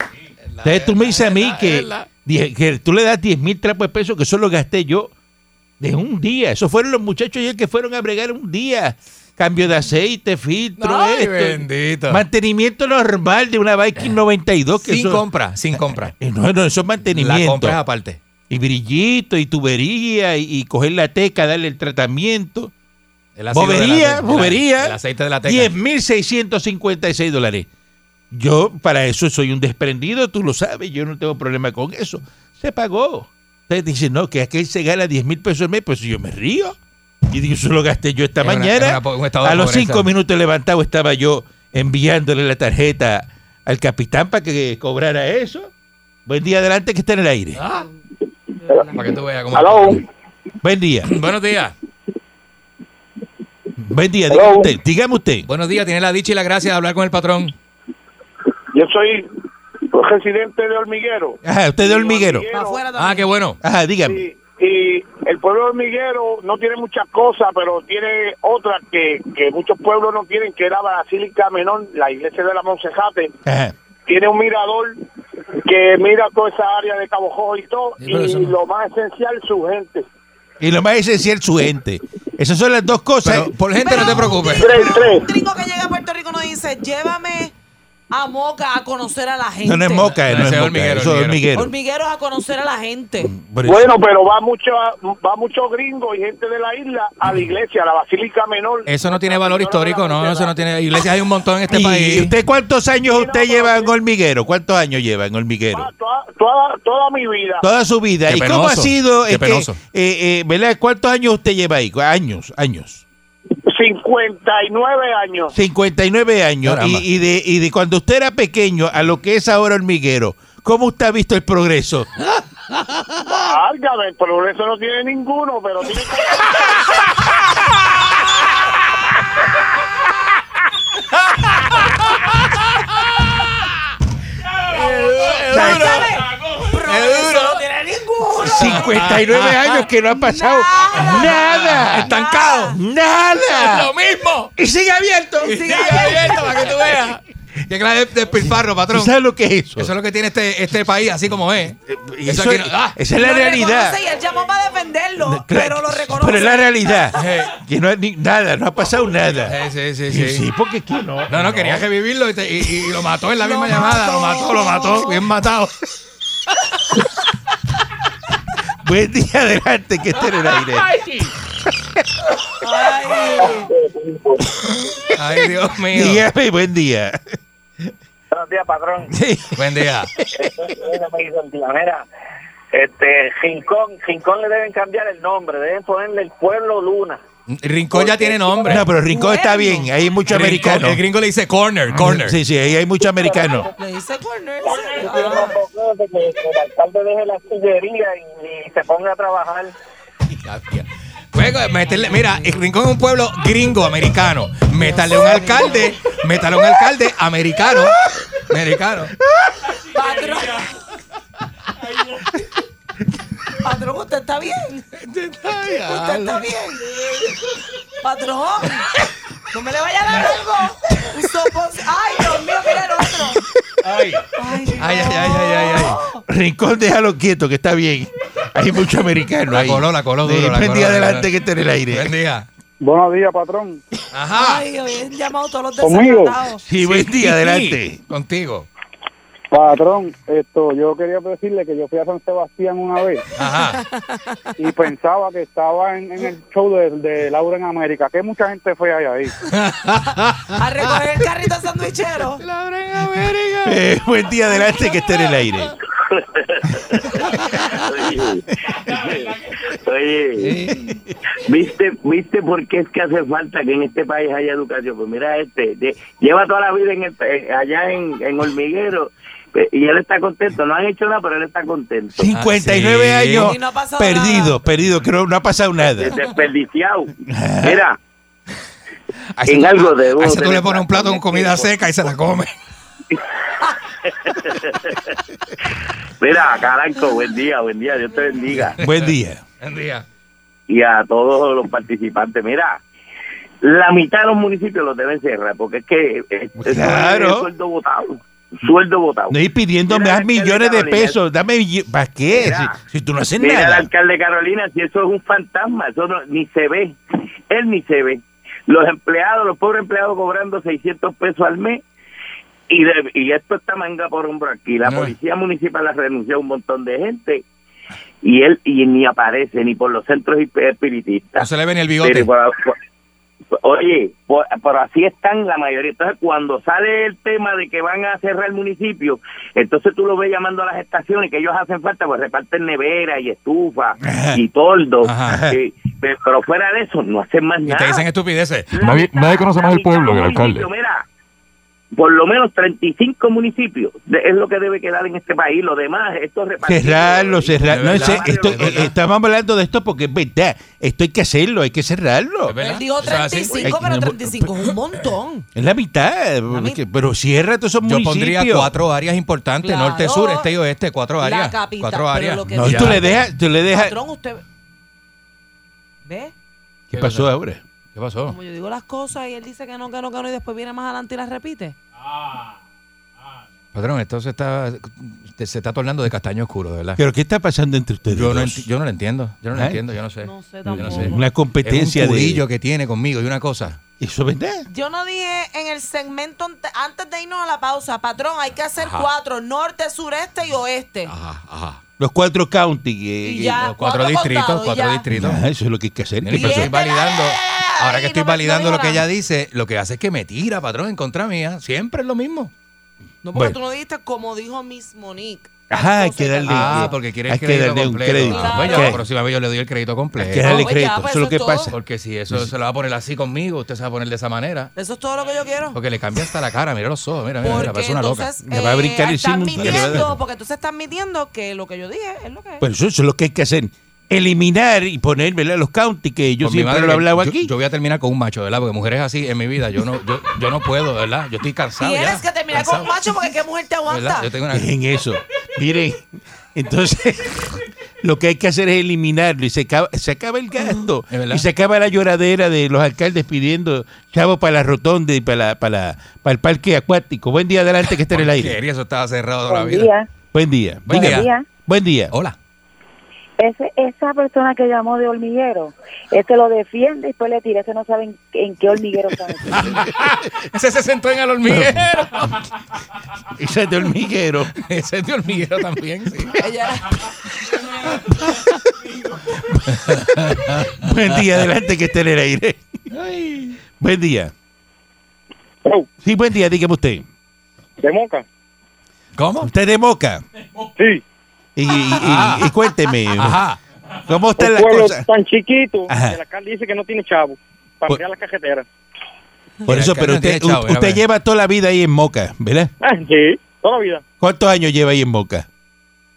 Speaker 3: Entonces tú me dices a mí que, die- que tú le das 10 mil trapos de peso, que eso lo gasté yo de un día. Esos fueron los muchachos ayer que fueron a bregar un día. Cambio de aceite, filtro,
Speaker 4: Ay,
Speaker 3: esto.
Speaker 4: bendito.
Speaker 3: mantenimiento normal de una Viking 92. Que
Speaker 4: sin
Speaker 3: eso-
Speaker 4: compra, sin compra.
Speaker 3: eh, No, no, eso es
Speaker 4: La
Speaker 3: mantenimiento
Speaker 4: compra es aparte.
Speaker 3: y brillito y tubería y, y coger la teca, darle el tratamiento.
Speaker 4: El ácido de la
Speaker 3: Bobería,
Speaker 4: teca, el-
Speaker 3: bobería.
Speaker 4: El aceite de la teca.
Speaker 3: 10.656 dólares. Yo para eso soy un desprendido, tú lo sabes, yo no tengo problema con eso. Se pagó. Ustedes dicen, no, que aquel se gana 10 mil pesos al mes, pues yo me río. Y digo, eso lo gasté yo esta
Speaker 4: Es una-
Speaker 3: mañana.
Speaker 4: es una po- un estado de
Speaker 3: a los
Speaker 4: pobreza.
Speaker 3: cinco minutos levantado estaba yo enviándole la tarjeta al capitán para que cobrara eso. Buen día adelante que está en el aire.
Speaker 4: Ah, para que tú veas cómo.
Speaker 6: Aló,
Speaker 3: Buen día.
Speaker 4: Buenos días.
Speaker 3: Buen día, dígame
Speaker 6: Hello.
Speaker 3: usted, dígame usted.
Speaker 4: Buenos días. Tiene la dicha y la gracia de hablar con el patrón.
Speaker 6: yo soy residente de Hormiguero.
Speaker 3: Ajá, usted de hormiguero.
Speaker 2: Para afuera también.
Speaker 4: Ah, qué bueno.
Speaker 3: Ajá, dígame.
Speaker 6: Y, y el pueblo de Hormiguero no tiene muchas cosas, pero tiene otras que, que muchos pueblos no tienen, que era Basílica Menor, la iglesia de la Monsejate.
Speaker 3: Ajá.
Speaker 6: Tiene un mirador que mira toda esa área de Cabo Rojo y todo,
Speaker 4: Sí, pero
Speaker 6: y
Speaker 4: eso no-
Speaker 6: lo más esencial, su gente.
Speaker 3: Y lo más esencial, su gente. Esas son las dos cosas.
Speaker 4: Pero por gente no te preocupes.
Speaker 6: Tres, tres.
Speaker 2: Un gringo que llega a Puerto Rico nos dice, llévame a Moca a conocer a la gente.
Speaker 3: no, no es moca,
Speaker 4: No,
Speaker 3: no, es
Speaker 4: ese es
Speaker 3: moca. eso
Speaker 4: hormiguero,
Speaker 3: es
Speaker 4: hormiguero.
Speaker 3: hormiguero.
Speaker 2: Hormigueros a conocer a la gente.
Speaker 3: Por eso.
Speaker 6: Bueno, pero va mucho va mucho gringo y gente de la isla a la iglesia, a la Basílica Menor.
Speaker 4: Eso no tiene valor histórico, no. Eso no tiene. Iglesias hay un montón en este
Speaker 3: ¿Y
Speaker 4: país.
Speaker 3: usted cuántos años
Speaker 6: Sí, no,
Speaker 3: usted
Speaker 6: pero
Speaker 3: lleva
Speaker 6: sí.
Speaker 3: en hormiguero? ¿Cuántos años lleva en hormiguero?
Speaker 6: Ah, toda, toda, toda mi vida.
Speaker 3: Toda su vida.
Speaker 4: Qué
Speaker 3: ¿Y cómo ha
Speaker 4: penoso,
Speaker 3: sido?
Speaker 4: qué
Speaker 3: este,
Speaker 4: penoso.
Speaker 3: eh, eh, ¿verdad? ¿Cuántos años usted lleva ahí? Años, años.
Speaker 6: 59 años.
Speaker 3: 59 años. Y,
Speaker 4: Caramba.
Speaker 3: y de, y de cuando usted era pequeño a lo que es ahora hormiguero, ¿cómo usted ha visto el progreso?
Speaker 6: Válgame, el progreso no tiene ninguno, pero tiene que-
Speaker 2: No tiene ninguno.
Speaker 3: 59 años que no ha pasado
Speaker 2: Nada.
Speaker 3: Ah, nada.
Speaker 4: Estancado.
Speaker 3: Nada.
Speaker 4: Lo mismo.
Speaker 3: Y sigue abierto.
Speaker 4: Sigue abierto para que tú veas. Qué clase de despilfarro,
Speaker 3: ¿Tú
Speaker 4: patrón.
Speaker 3: sabes lo que es eso?
Speaker 4: Eso es lo que tiene este, este país, así como es.
Speaker 3: Eso
Speaker 4: Eso aquí
Speaker 3: es-
Speaker 4: no- ah,
Speaker 3: esa es la
Speaker 2: Lo
Speaker 3: realidad.
Speaker 2: reconoce Y él llamó para defenderlo,
Speaker 3: No, claro,
Speaker 2: pero lo reconoce.
Speaker 3: Pero es la realidad.
Speaker 4: Sí.
Speaker 3: Que no hay ni- nada, no ha pasado nada.
Speaker 4: sí, sí, sí,
Speaker 3: Sí,
Speaker 4: sí.
Speaker 3: sí, porque aquí no.
Speaker 4: No, no, quería revivirlo y, te- y- y lo mató en la misma llamada. Lo
Speaker 2: mató.
Speaker 4: mató, lo mató. Bien matado.
Speaker 3: Buen día adelante que esté en el aire.
Speaker 2: Ay,
Speaker 4: Ay, Dios mío.
Speaker 3: Dígame, buen día.
Speaker 6: Buenos días, patrón.
Speaker 4: Buen día.
Speaker 6: Mira, este, Rincón, Rincón le deben cambiar el nombre, deben ponerle el pueblo Luna.
Speaker 4: Rincón ya tiene nombre.
Speaker 3: No, pero Rincón está
Speaker 2: Bueno.
Speaker 3: bien. Ahí hay mucho
Speaker 4: Rincón,
Speaker 3: americano.
Speaker 4: El gringo le dice corner, corner.
Speaker 3: Sí, sí, ahí hay mucho americano.
Speaker 2: le dice "Pues, corner.
Speaker 6: Que, el alcalde deje la sillería y, se ponga a trabajar.
Speaker 4: Ya, ya. Luego, Pues, meterle- mira, el Rincón es un pueblo gringo americano. Métale un alcalde, métale un alcalde americano. Americano.
Speaker 2: Patrón. Patrón, usted está bien. Usted está bien. Patrón. No me le vaya a dar algo. Un sopos- Ay, Dios mío, mira el otro. Ay, Dios.
Speaker 4: Ay, ay, ay, ay, ay, ay.
Speaker 3: Rincón, déjalo quieto, que está bien. Hay mucho americano
Speaker 4: La
Speaker 3: ahí.
Speaker 4: coló, la coló
Speaker 3: Sí,
Speaker 4: duro, la
Speaker 3: Buen
Speaker 4: coló,
Speaker 3: día
Speaker 4: la coló.
Speaker 3: adelante que esté en el
Speaker 4: Buen
Speaker 3: aire.
Speaker 4: día.
Speaker 9: Buenos días, patrón.
Speaker 4: Ajá.
Speaker 2: Ay, hoy han llamado todos los
Speaker 9: Conmigo.
Speaker 2: desalatados.
Speaker 3: Sí, buen día adelante.
Speaker 4: Sí, Contigo.
Speaker 9: Patrón, esto, yo quería decirle que yo fui a San Sebastián una vez
Speaker 4: Ajá.
Speaker 9: y pensaba que estaba en, en el show de, de Laura en América. Que mucha gente fue ahí. ahí.
Speaker 2: A recoger el carrito sandwichero.
Speaker 3: Eh, buen día adelante que esté en el aire.
Speaker 10: Oye, ¿viste, ¿viste por qué es que hace falta que en este país haya educación? Pues mira, este de- lleva toda la vida en el- eh, allá en, en Hormiguero Eh, Y él está contento. No han hecho nada, pero él está contento.
Speaker 3: 59
Speaker 4: Ah, sí.
Speaker 3: años
Speaker 2: Y no ha pasado
Speaker 3: perdido, perdido, creo no ha pasado nada.
Speaker 10: Desperdiciado. Mira,
Speaker 4: A ese
Speaker 10: En
Speaker 4: tú-
Speaker 10: algo de-
Speaker 4: a ese tú
Speaker 10: de-
Speaker 4: le pones un plato con comida seca y se la come.
Speaker 10: mira, Caranco, buen día, buen día. Dios te bendiga.
Speaker 3: Buen día.
Speaker 4: Buen día.
Speaker 10: y a todos los participantes. Mira, la mitad de los municipios los deben cerrar porque es que eh, eso
Speaker 3: Claro.
Speaker 10: es sueldo votado. Sueldo votado.
Speaker 3: No ir pidiéndome
Speaker 10: Mira,
Speaker 3: haz millones de
Speaker 10: Carolina,
Speaker 3: pesos, dame millo- ¿para qué?
Speaker 10: Mira.
Speaker 3: si, si tú no haces
Speaker 10: Mira al
Speaker 3: nada.
Speaker 10: alcalde Carolina, si eso es un fantasma, eso no- ni se ve. Él ni se ve. Los empleados, los pobres empleados cobrando 600 pesos al mes. Y, de- y esto está manga por hombro aquí. La
Speaker 4: Ah.
Speaker 10: policía municipal ha renunciado a un montón de gente y él y ni aparece ni por los centros esp- espiritistas.
Speaker 4: No se le ve ni el bigote.
Speaker 10: Pero por- por- oye, por- pero así están la mayoría. Entonces, cuando sale el tema de que van a cerrar el municipio, entonces tú lo ves llamando a las estaciones que ellos hacen falta, pues reparten nevera y estufa y toldo.
Speaker 4: Ajá.
Speaker 10: Eh, pe- pero fuera de eso, no hacen más
Speaker 4: y
Speaker 10: nada.
Speaker 4: te dicen estupideces.
Speaker 10: La
Speaker 11: Nadie-
Speaker 10: mitad-
Speaker 11: nadie conoce
Speaker 10: la
Speaker 11: más el
Speaker 10: mitad
Speaker 11: pueblo
Speaker 10: de
Speaker 11: que el
Speaker 10: los municipios, Mira, por lo menos 35 municipios de- es lo que debe quedar en este país. Lo demás, esto repartido.
Speaker 3: Cerrarlo, cerrarlo. No,
Speaker 4: De
Speaker 3: ese-
Speaker 4: verdad,
Speaker 3: esto-
Speaker 4: de verdad.
Speaker 3: eh, estamos hablando de esto porque es verdad. Esto hay que hacerlo, hay que cerrarlo.
Speaker 4: Es verdad.
Speaker 2: Él dijo
Speaker 4: Eso es así.
Speaker 2: 35,
Speaker 3: Ay,
Speaker 2: pero
Speaker 3: no,
Speaker 2: 35 es un montón.
Speaker 3: Es la mitad.
Speaker 2: mi-
Speaker 3: Pero cierra todos esos
Speaker 4: Yo
Speaker 3: municipios.
Speaker 4: pondría cuatro áreas importantes,
Speaker 2: Claro.
Speaker 4: norte, sur, este y oeste, cuatro
Speaker 2: La
Speaker 4: áreas.
Speaker 2: capital,
Speaker 4: cuatro
Speaker 2: pero
Speaker 4: áreas.
Speaker 2: lo que-
Speaker 3: No,
Speaker 2: Ya.
Speaker 3: tú le dejas, tú le dejas.
Speaker 2: Patrón, usted... ¿Ve?
Speaker 3: ¿Qué pasó ahora?
Speaker 4: ¿Qué pasó?
Speaker 2: Como yo digo las cosas y él dice que no, que no, que no, y después viene más adelante y las repite.
Speaker 4: Patrón, esto se está, te- se está tornando de castaño oscuro, de verdad.
Speaker 3: ¿Pero qué está pasando entre ustedes?
Speaker 4: Yo no,
Speaker 3: dos?
Speaker 4: enti- yo no lo entiendo, yo no lo
Speaker 3: ¿Eh?
Speaker 4: entiendo, yo no sé.
Speaker 2: No sé
Speaker 4: Yo no sé.
Speaker 2: tampoco.
Speaker 3: Una
Speaker 4: Es
Speaker 3: competencia
Speaker 4: un curillo
Speaker 3: de.
Speaker 4: que tiene conmigo y una cosa.
Speaker 3: Eso es verdad.
Speaker 2: Yo no dije en el segmento ante- antes de irnos a la pausa, patrón, hay que hacer cuatro, norte, sureste y oeste.
Speaker 4: Ajá, ajá.
Speaker 3: Los cuatro county. que-
Speaker 2: Y
Speaker 3: que-
Speaker 2: ya.
Speaker 4: Los cuatro
Speaker 2: cuatro
Speaker 4: distritos,
Speaker 2: contados,
Speaker 4: cuatro
Speaker 2: ya.
Speaker 4: distritos.
Speaker 3: Ah, eso es lo que hay que hacer. ¿Qué
Speaker 4: Mira,
Speaker 2: Y
Speaker 4: pero
Speaker 3: pasó?
Speaker 4: estoy
Speaker 2: este la-
Speaker 4: validando. Ahora que
Speaker 2: Ay,
Speaker 4: estoy
Speaker 2: no me- no
Speaker 4: validando
Speaker 2: digo
Speaker 4: lo que
Speaker 2: nada.
Speaker 4: ella dice, lo que hace es que me tira, patrón, en contra mía. Siempre es lo mismo.
Speaker 2: No, porque
Speaker 3: Bueno.
Speaker 2: tú no dijiste como dijo Miss Monique.
Speaker 3: Ajá, hay
Speaker 2: Las
Speaker 3: que
Speaker 2: cosas
Speaker 3: darle-
Speaker 4: Ah,
Speaker 3: sí.
Speaker 4: porque quiere
Speaker 3: Hay
Speaker 4: el
Speaker 3: que
Speaker 4: crédito
Speaker 3: darle un
Speaker 4: completo.
Speaker 3: crédito.
Speaker 4: Ah, pues ya
Speaker 2: Claro.
Speaker 4: la próxima vez yo le doy el crédito completo.
Speaker 3: Hay que darle
Speaker 2: No, pues ya,
Speaker 3: crédito. eso
Speaker 2: pues
Speaker 3: es lo
Speaker 2: eso
Speaker 3: que
Speaker 2: es todo.
Speaker 3: pasa.
Speaker 4: Porque si eso se lo va a poner así conmigo, usted se va a poner de esa manera.
Speaker 2: Eso es todo lo que yo quiero.
Speaker 4: Porque le cambia hasta la cara, mira los ojos, mira, mira, mira,
Speaker 2: Porque
Speaker 4: parece una loca.
Speaker 2: entonces
Speaker 3: Me va a brincar el
Speaker 2: están
Speaker 3: signo, usted le va a dar.
Speaker 2: mintiendo, porque entonces están mintiendo que lo que yo dije es lo que es.
Speaker 3: Pues eso, eso es lo que hay que hacer. Eliminar y poner, ¿verdad? Los county, que yo
Speaker 4: Por Pues mi
Speaker 3: siempre
Speaker 4: madre,
Speaker 3: lo he hablado
Speaker 4: yo-
Speaker 3: aquí.
Speaker 4: Yo voy a terminar con un macho, ¿verdad? Porque mujeres así en mi vida, yo no, yo, yo no puedo, ¿verdad? Yo estoy cansado.
Speaker 2: Tienes
Speaker 4: Ah, ya,
Speaker 2: que terminar
Speaker 4: cansado,
Speaker 2: con un macho pues, porque qué mujer te aguanta.
Speaker 4: ¿verdad? Yo tengo una.
Speaker 3: en eso. Miren, entonces lo que hay que hacer es eliminarlo y se acaba, se acaba el gasto
Speaker 4: Es verdad.
Speaker 3: y se acaba la lloradera de los alcaldes pidiendo chavo para la rotonda y para, la- para, la- para el parque acuático. Buen día, adelante que esté en el aire.
Speaker 4: Porquería, eso estaba cerrado toda la
Speaker 7: Buen
Speaker 4: vida.
Speaker 7: día.
Speaker 3: Buen día.
Speaker 4: Buen Oh.
Speaker 3: Dígame.
Speaker 4: día.
Speaker 7: Día.
Speaker 3: Buen día.
Speaker 4: Hola.
Speaker 7: Ese, esa persona que llamó de hormiguero, ese lo defiende y después le tira. Ese no sabe en, en qué hormiguero está. metido.
Speaker 4: Ese se sentó en el hormiguero.
Speaker 3: Y se te hormiguero.
Speaker 4: Ese es de hormiguero también, sí.
Speaker 2: Ella-
Speaker 3: Buen día, adelante que esté en el aire. Buen día.
Speaker 6: Hello.
Speaker 3: Sí, buen día, dígame usted. eh,
Speaker 6: ¿De Moca?
Speaker 4: ¿Cómo?
Speaker 3: Usted es de Moca.
Speaker 6: Sí.
Speaker 3: Y, y- y- y cuénteme,
Speaker 4: Ajá.
Speaker 3: ¿cómo está
Speaker 6: Un
Speaker 3: la
Speaker 6: pueblo
Speaker 3: cosa?
Speaker 6: tan chiquito
Speaker 3: Ajá. Pues
Speaker 6: que el alcalde dice que no tiene chavo para
Speaker 3: Por-
Speaker 6: ampliar las cajeteras.
Speaker 3: Por eso,
Speaker 4: Mira,
Speaker 3: pero
Speaker 4: Carmen
Speaker 3: usted,
Speaker 4: tiene chavo,
Speaker 3: u-
Speaker 4: mira,
Speaker 3: usted
Speaker 4: mira.
Speaker 3: lleva toda la vida ahí en Moca, ¿verdad?
Speaker 6: Ah, sí, toda la vida.
Speaker 3: ¿Cuántos años lleva ahí en Moca?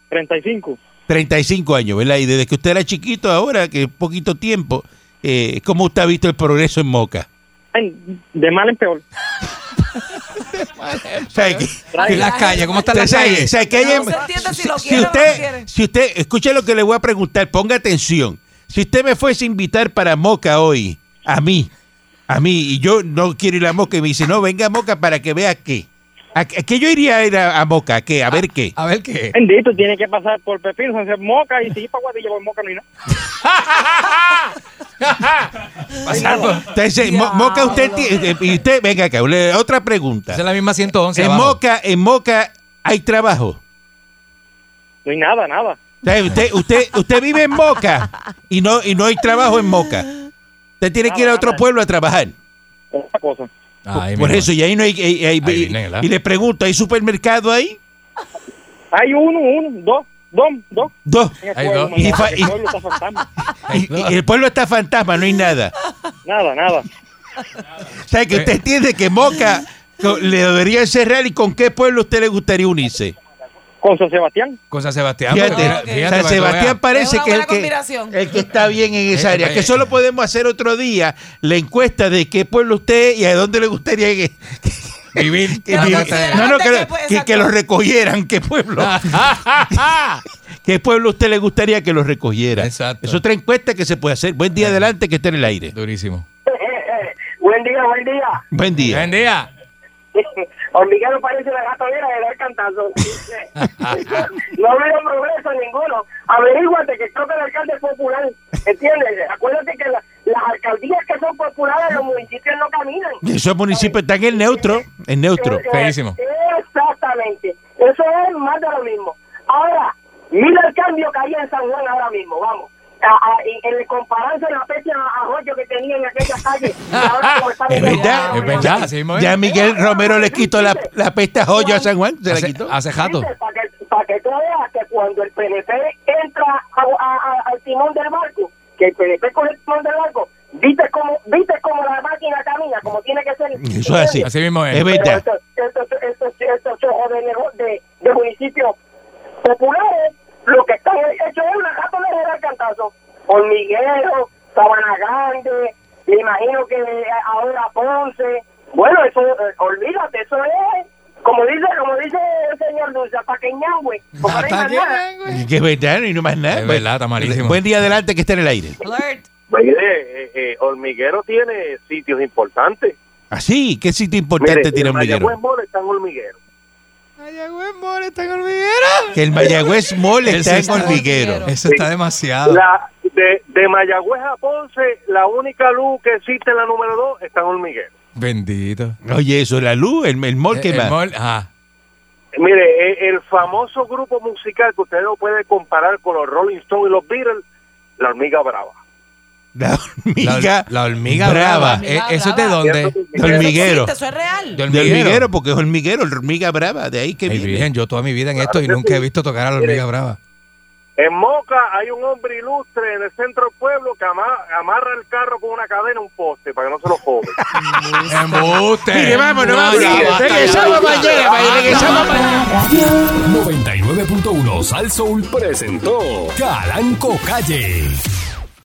Speaker 6: 35.
Speaker 3: 35 años, ¿verdad? Y desde que usted era chiquito ahora, que es poquito tiempo, eh, ¿cómo usted ha visto el progreso en Moca?
Speaker 6: Ay, de mal en peor.
Speaker 3: O sea, que,
Speaker 4: ¿Y las calles? ¿Cómo están las
Speaker 3: sabe-
Speaker 4: calles?
Speaker 3: sabe que hay
Speaker 2: No
Speaker 3: en-
Speaker 2: se entiende si lo
Speaker 3: si
Speaker 2: quiere o no lo
Speaker 3: usted,
Speaker 2: quiere.
Speaker 3: si usted, escuche lo que le voy a preguntar, ponga atención. Si usted me fuese a invitar para Moca hoy, a mí, a mí, y yo no quiero ir a Moca, y me dice, no, venga a Moca para que vea qué. ¿A, a qué yo iría a ir a, a Moca? ¿A qué? ¿A ver qué?
Speaker 4: A ver qué.
Speaker 6: Bendito, tiene que pasar por Pepín, San Sebastián, Moca y seguir para Guadilla por Moca, no hay nada.
Speaker 4: Pasar por- Esa
Speaker 3: Entonces, Mo- Moca, usted, ti- eh, y usted, venga acá, le- otra pregunta.
Speaker 4: es la misma 111
Speaker 3: En
Speaker 4: abajo.
Speaker 3: Moca, en Moca hay trabajo.
Speaker 6: No hay nada, nada.
Speaker 3: O sea, Usted, usted, usted vive en Moca y no, y no hay trabajo en Moca. Usted tiene que ir a otro pueblo a trabajar.
Speaker 6: Otra cosa.
Speaker 4: Ay,
Speaker 3: Por
Speaker 4: mi
Speaker 3: eso, y ahí no hay. hay- hay-
Speaker 4: Ahí
Speaker 3: y-
Speaker 4: viene, ¿verdad?
Speaker 3: y le pregunto, ¿hay supermercado ahí?
Speaker 6: Hay uno, uno, dos, dos, dos.
Speaker 3: Dos.
Speaker 6: En el
Speaker 4: Hay
Speaker 6: pueblo,
Speaker 4: dos.
Speaker 6: mano,
Speaker 3: Y fa-
Speaker 6: el
Speaker 3: y-
Speaker 6: pueblo está fantasma.
Speaker 3: Y, y el pueblo está fantasma, no hay nada.
Speaker 6: Nada, nada.
Speaker 3: O
Speaker 4: Eh.
Speaker 3: sea, que usted entiende que Moca co- le debería cerrar y con qué pueblo a usted le gustaría unirse.
Speaker 6: Con San Sebastián.
Speaker 4: Con San Sebastián.
Speaker 3: Fíjate,
Speaker 4: porque mira,
Speaker 2: ok.
Speaker 3: San
Speaker 4: fíjate, para que tú
Speaker 3: Sebastián
Speaker 4: veas.
Speaker 3: parece
Speaker 2: Es una
Speaker 3: que es
Speaker 2: buena
Speaker 3: el
Speaker 2: combinación.
Speaker 3: que, el que está bien en esa
Speaker 4: Eh,
Speaker 3: área.
Speaker 4: eh,
Speaker 3: Que eso
Speaker 4: eh.
Speaker 3: lo podemos hacer otro día. La encuesta de qué pueblo usted y a dónde le gustaría que.
Speaker 4: Vivir.
Speaker 3: que-
Speaker 2: Pero
Speaker 3: que-
Speaker 2: considerando
Speaker 3: no, no, que,
Speaker 2: que,
Speaker 3: lo-
Speaker 2: pues,
Speaker 3: que- que
Speaker 2: exacto.
Speaker 3: lo recogieran. ¿Qué pueblo?
Speaker 4: Ah.
Speaker 3: ¿Qué pueblo a usted le gustaría que lo recogiera?
Speaker 4: Exacto.
Speaker 3: Es otra encuesta que se puede hacer. Buen día adelante, que esté en el aire.
Speaker 4: Durísimo.
Speaker 6: Buen día, buen día.
Speaker 3: Buen día.
Speaker 4: Buen día.
Speaker 6: Hormiguero parece la gato viera de dar cantazo. no veo progreso ninguno. Averíguate que creo que el alcalde es popular. ¿Entiendes? Acuérdate que la- las alcaldías que son populares, los municipios no caminan.
Speaker 3: Esos municipios están en neutro. En neutro.
Speaker 6: Eh,
Speaker 4: Feísimo.
Speaker 6: Exactamente. Eso es más de lo mismo. Ahora, mira el cambio que hay en San Juan ahora mismo, vamos. A- a- y- en comparanza la especie a joyo que tenía en aquella calle. y ahora como está
Speaker 3: Es verdad.
Speaker 6: ahora-
Speaker 4: Es verdad,
Speaker 3: Ya-
Speaker 4: así mismo es.
Speaker 3: Ya Miguel Romero le quitó la, la peste a Joyo a San Juan. Se la
Speaker 4: Hace,
Speaker 3: quitó.
Speaker 4: hace jato.
Speaker 6: Para que, pa' que tú veas que cuando el PNP entra a- a- a- al timón del barco, que el PNP coge el timón del barco, viste como, viste como la máquina camina, como tiene que ser.
Speaker 3: Eso es así.
Speaker 4: Así mismo es.
Speaker 3: Es verdad.
Speaker 6: Pero estos- estos- estos- estos chojos de, nego- de, de municipios populares, lo que están hecho es una gata de dar cantazo. Hormiguero, Sabana Grande, me imagino que ahora Ponce. Bueno, eso, eh, olvídate, eso es, como dice, como dice el señor Dulce, pa' que ñangüe, porque no hay más nada.
Speaker 3: Que es verdad, y no más nada.
Speaker 4: Es verdad, está malísimo.
Speaker 3: Buen día adelante, que esté en el aire.
Speaker 2: Flirt.
Speaker 6: eh, hormiguero tiene sitios importantes.
Speaker 3: Así, Ah, ¿qué sitio importante tiene Hormiguero?
Speaker 6: están hormigueros.
Speaker 3: Que el Mayagüez Mall está en
Speaker 4: está-
Speaker 3: Hormiguero.
Speaker 4: Eso está demasiado.
Speaker 6: La, de, de Mayagüez a Ponce, la única luz que existe en la número 2 está en Hormiguero.
Speaker 4: Bendito.
Speaker 3: Oye, eso, la luz, el, el mall que
Speaker 4: Eh, El
Speaker 3: más.
Speaker 4: mol- ajá.
Speaker 6: Mire, e- el famoso grupo musical que usted no puede comparar con los Rolling Stones y los Beatles, la hormiga brava.
Speaker 3: La
Speaker 4: La,
Speaker 3: hormiga.
Speaker 4: la hormiga
Speaker 3: brava.
Speaker 4: brava.
Speaker 2: Hormiga
Speaker 4: Eh, ¿Eso es de
Speaker 2: brava.
Speaker 4: dónde?
Speaker 3: De hormiguero.
Speaker 2: Eso existe, eso es real.
Speaker 4: De
Speaker 3: De hormiguero, porque es hormiguero, hormiga brava, de ahí que
Speaker 4: Ay,
Speaker 3: viene.
Speaker 4: virgen, yo toda mi vida en esto y nunca he visto tocar a la hormiga brava.
Speaker 6: En Moca hay un hombre ilustre en el centro del pueblo que ama- amarra el carro con una cadena a un poste para que no se lo cobre.
Speaker 4: ¡Embuste!
Speaker 3: Mire, vámonos, vámonos.
Speaker 4: Ya, basta, ya,
Speaker 3: Regresamos
Speaker 4: basta.
Speaker 3: mañana, mañana regresamos mañana.
Speaker 1: 99.1 Sal Soul presentó Calanco Calle.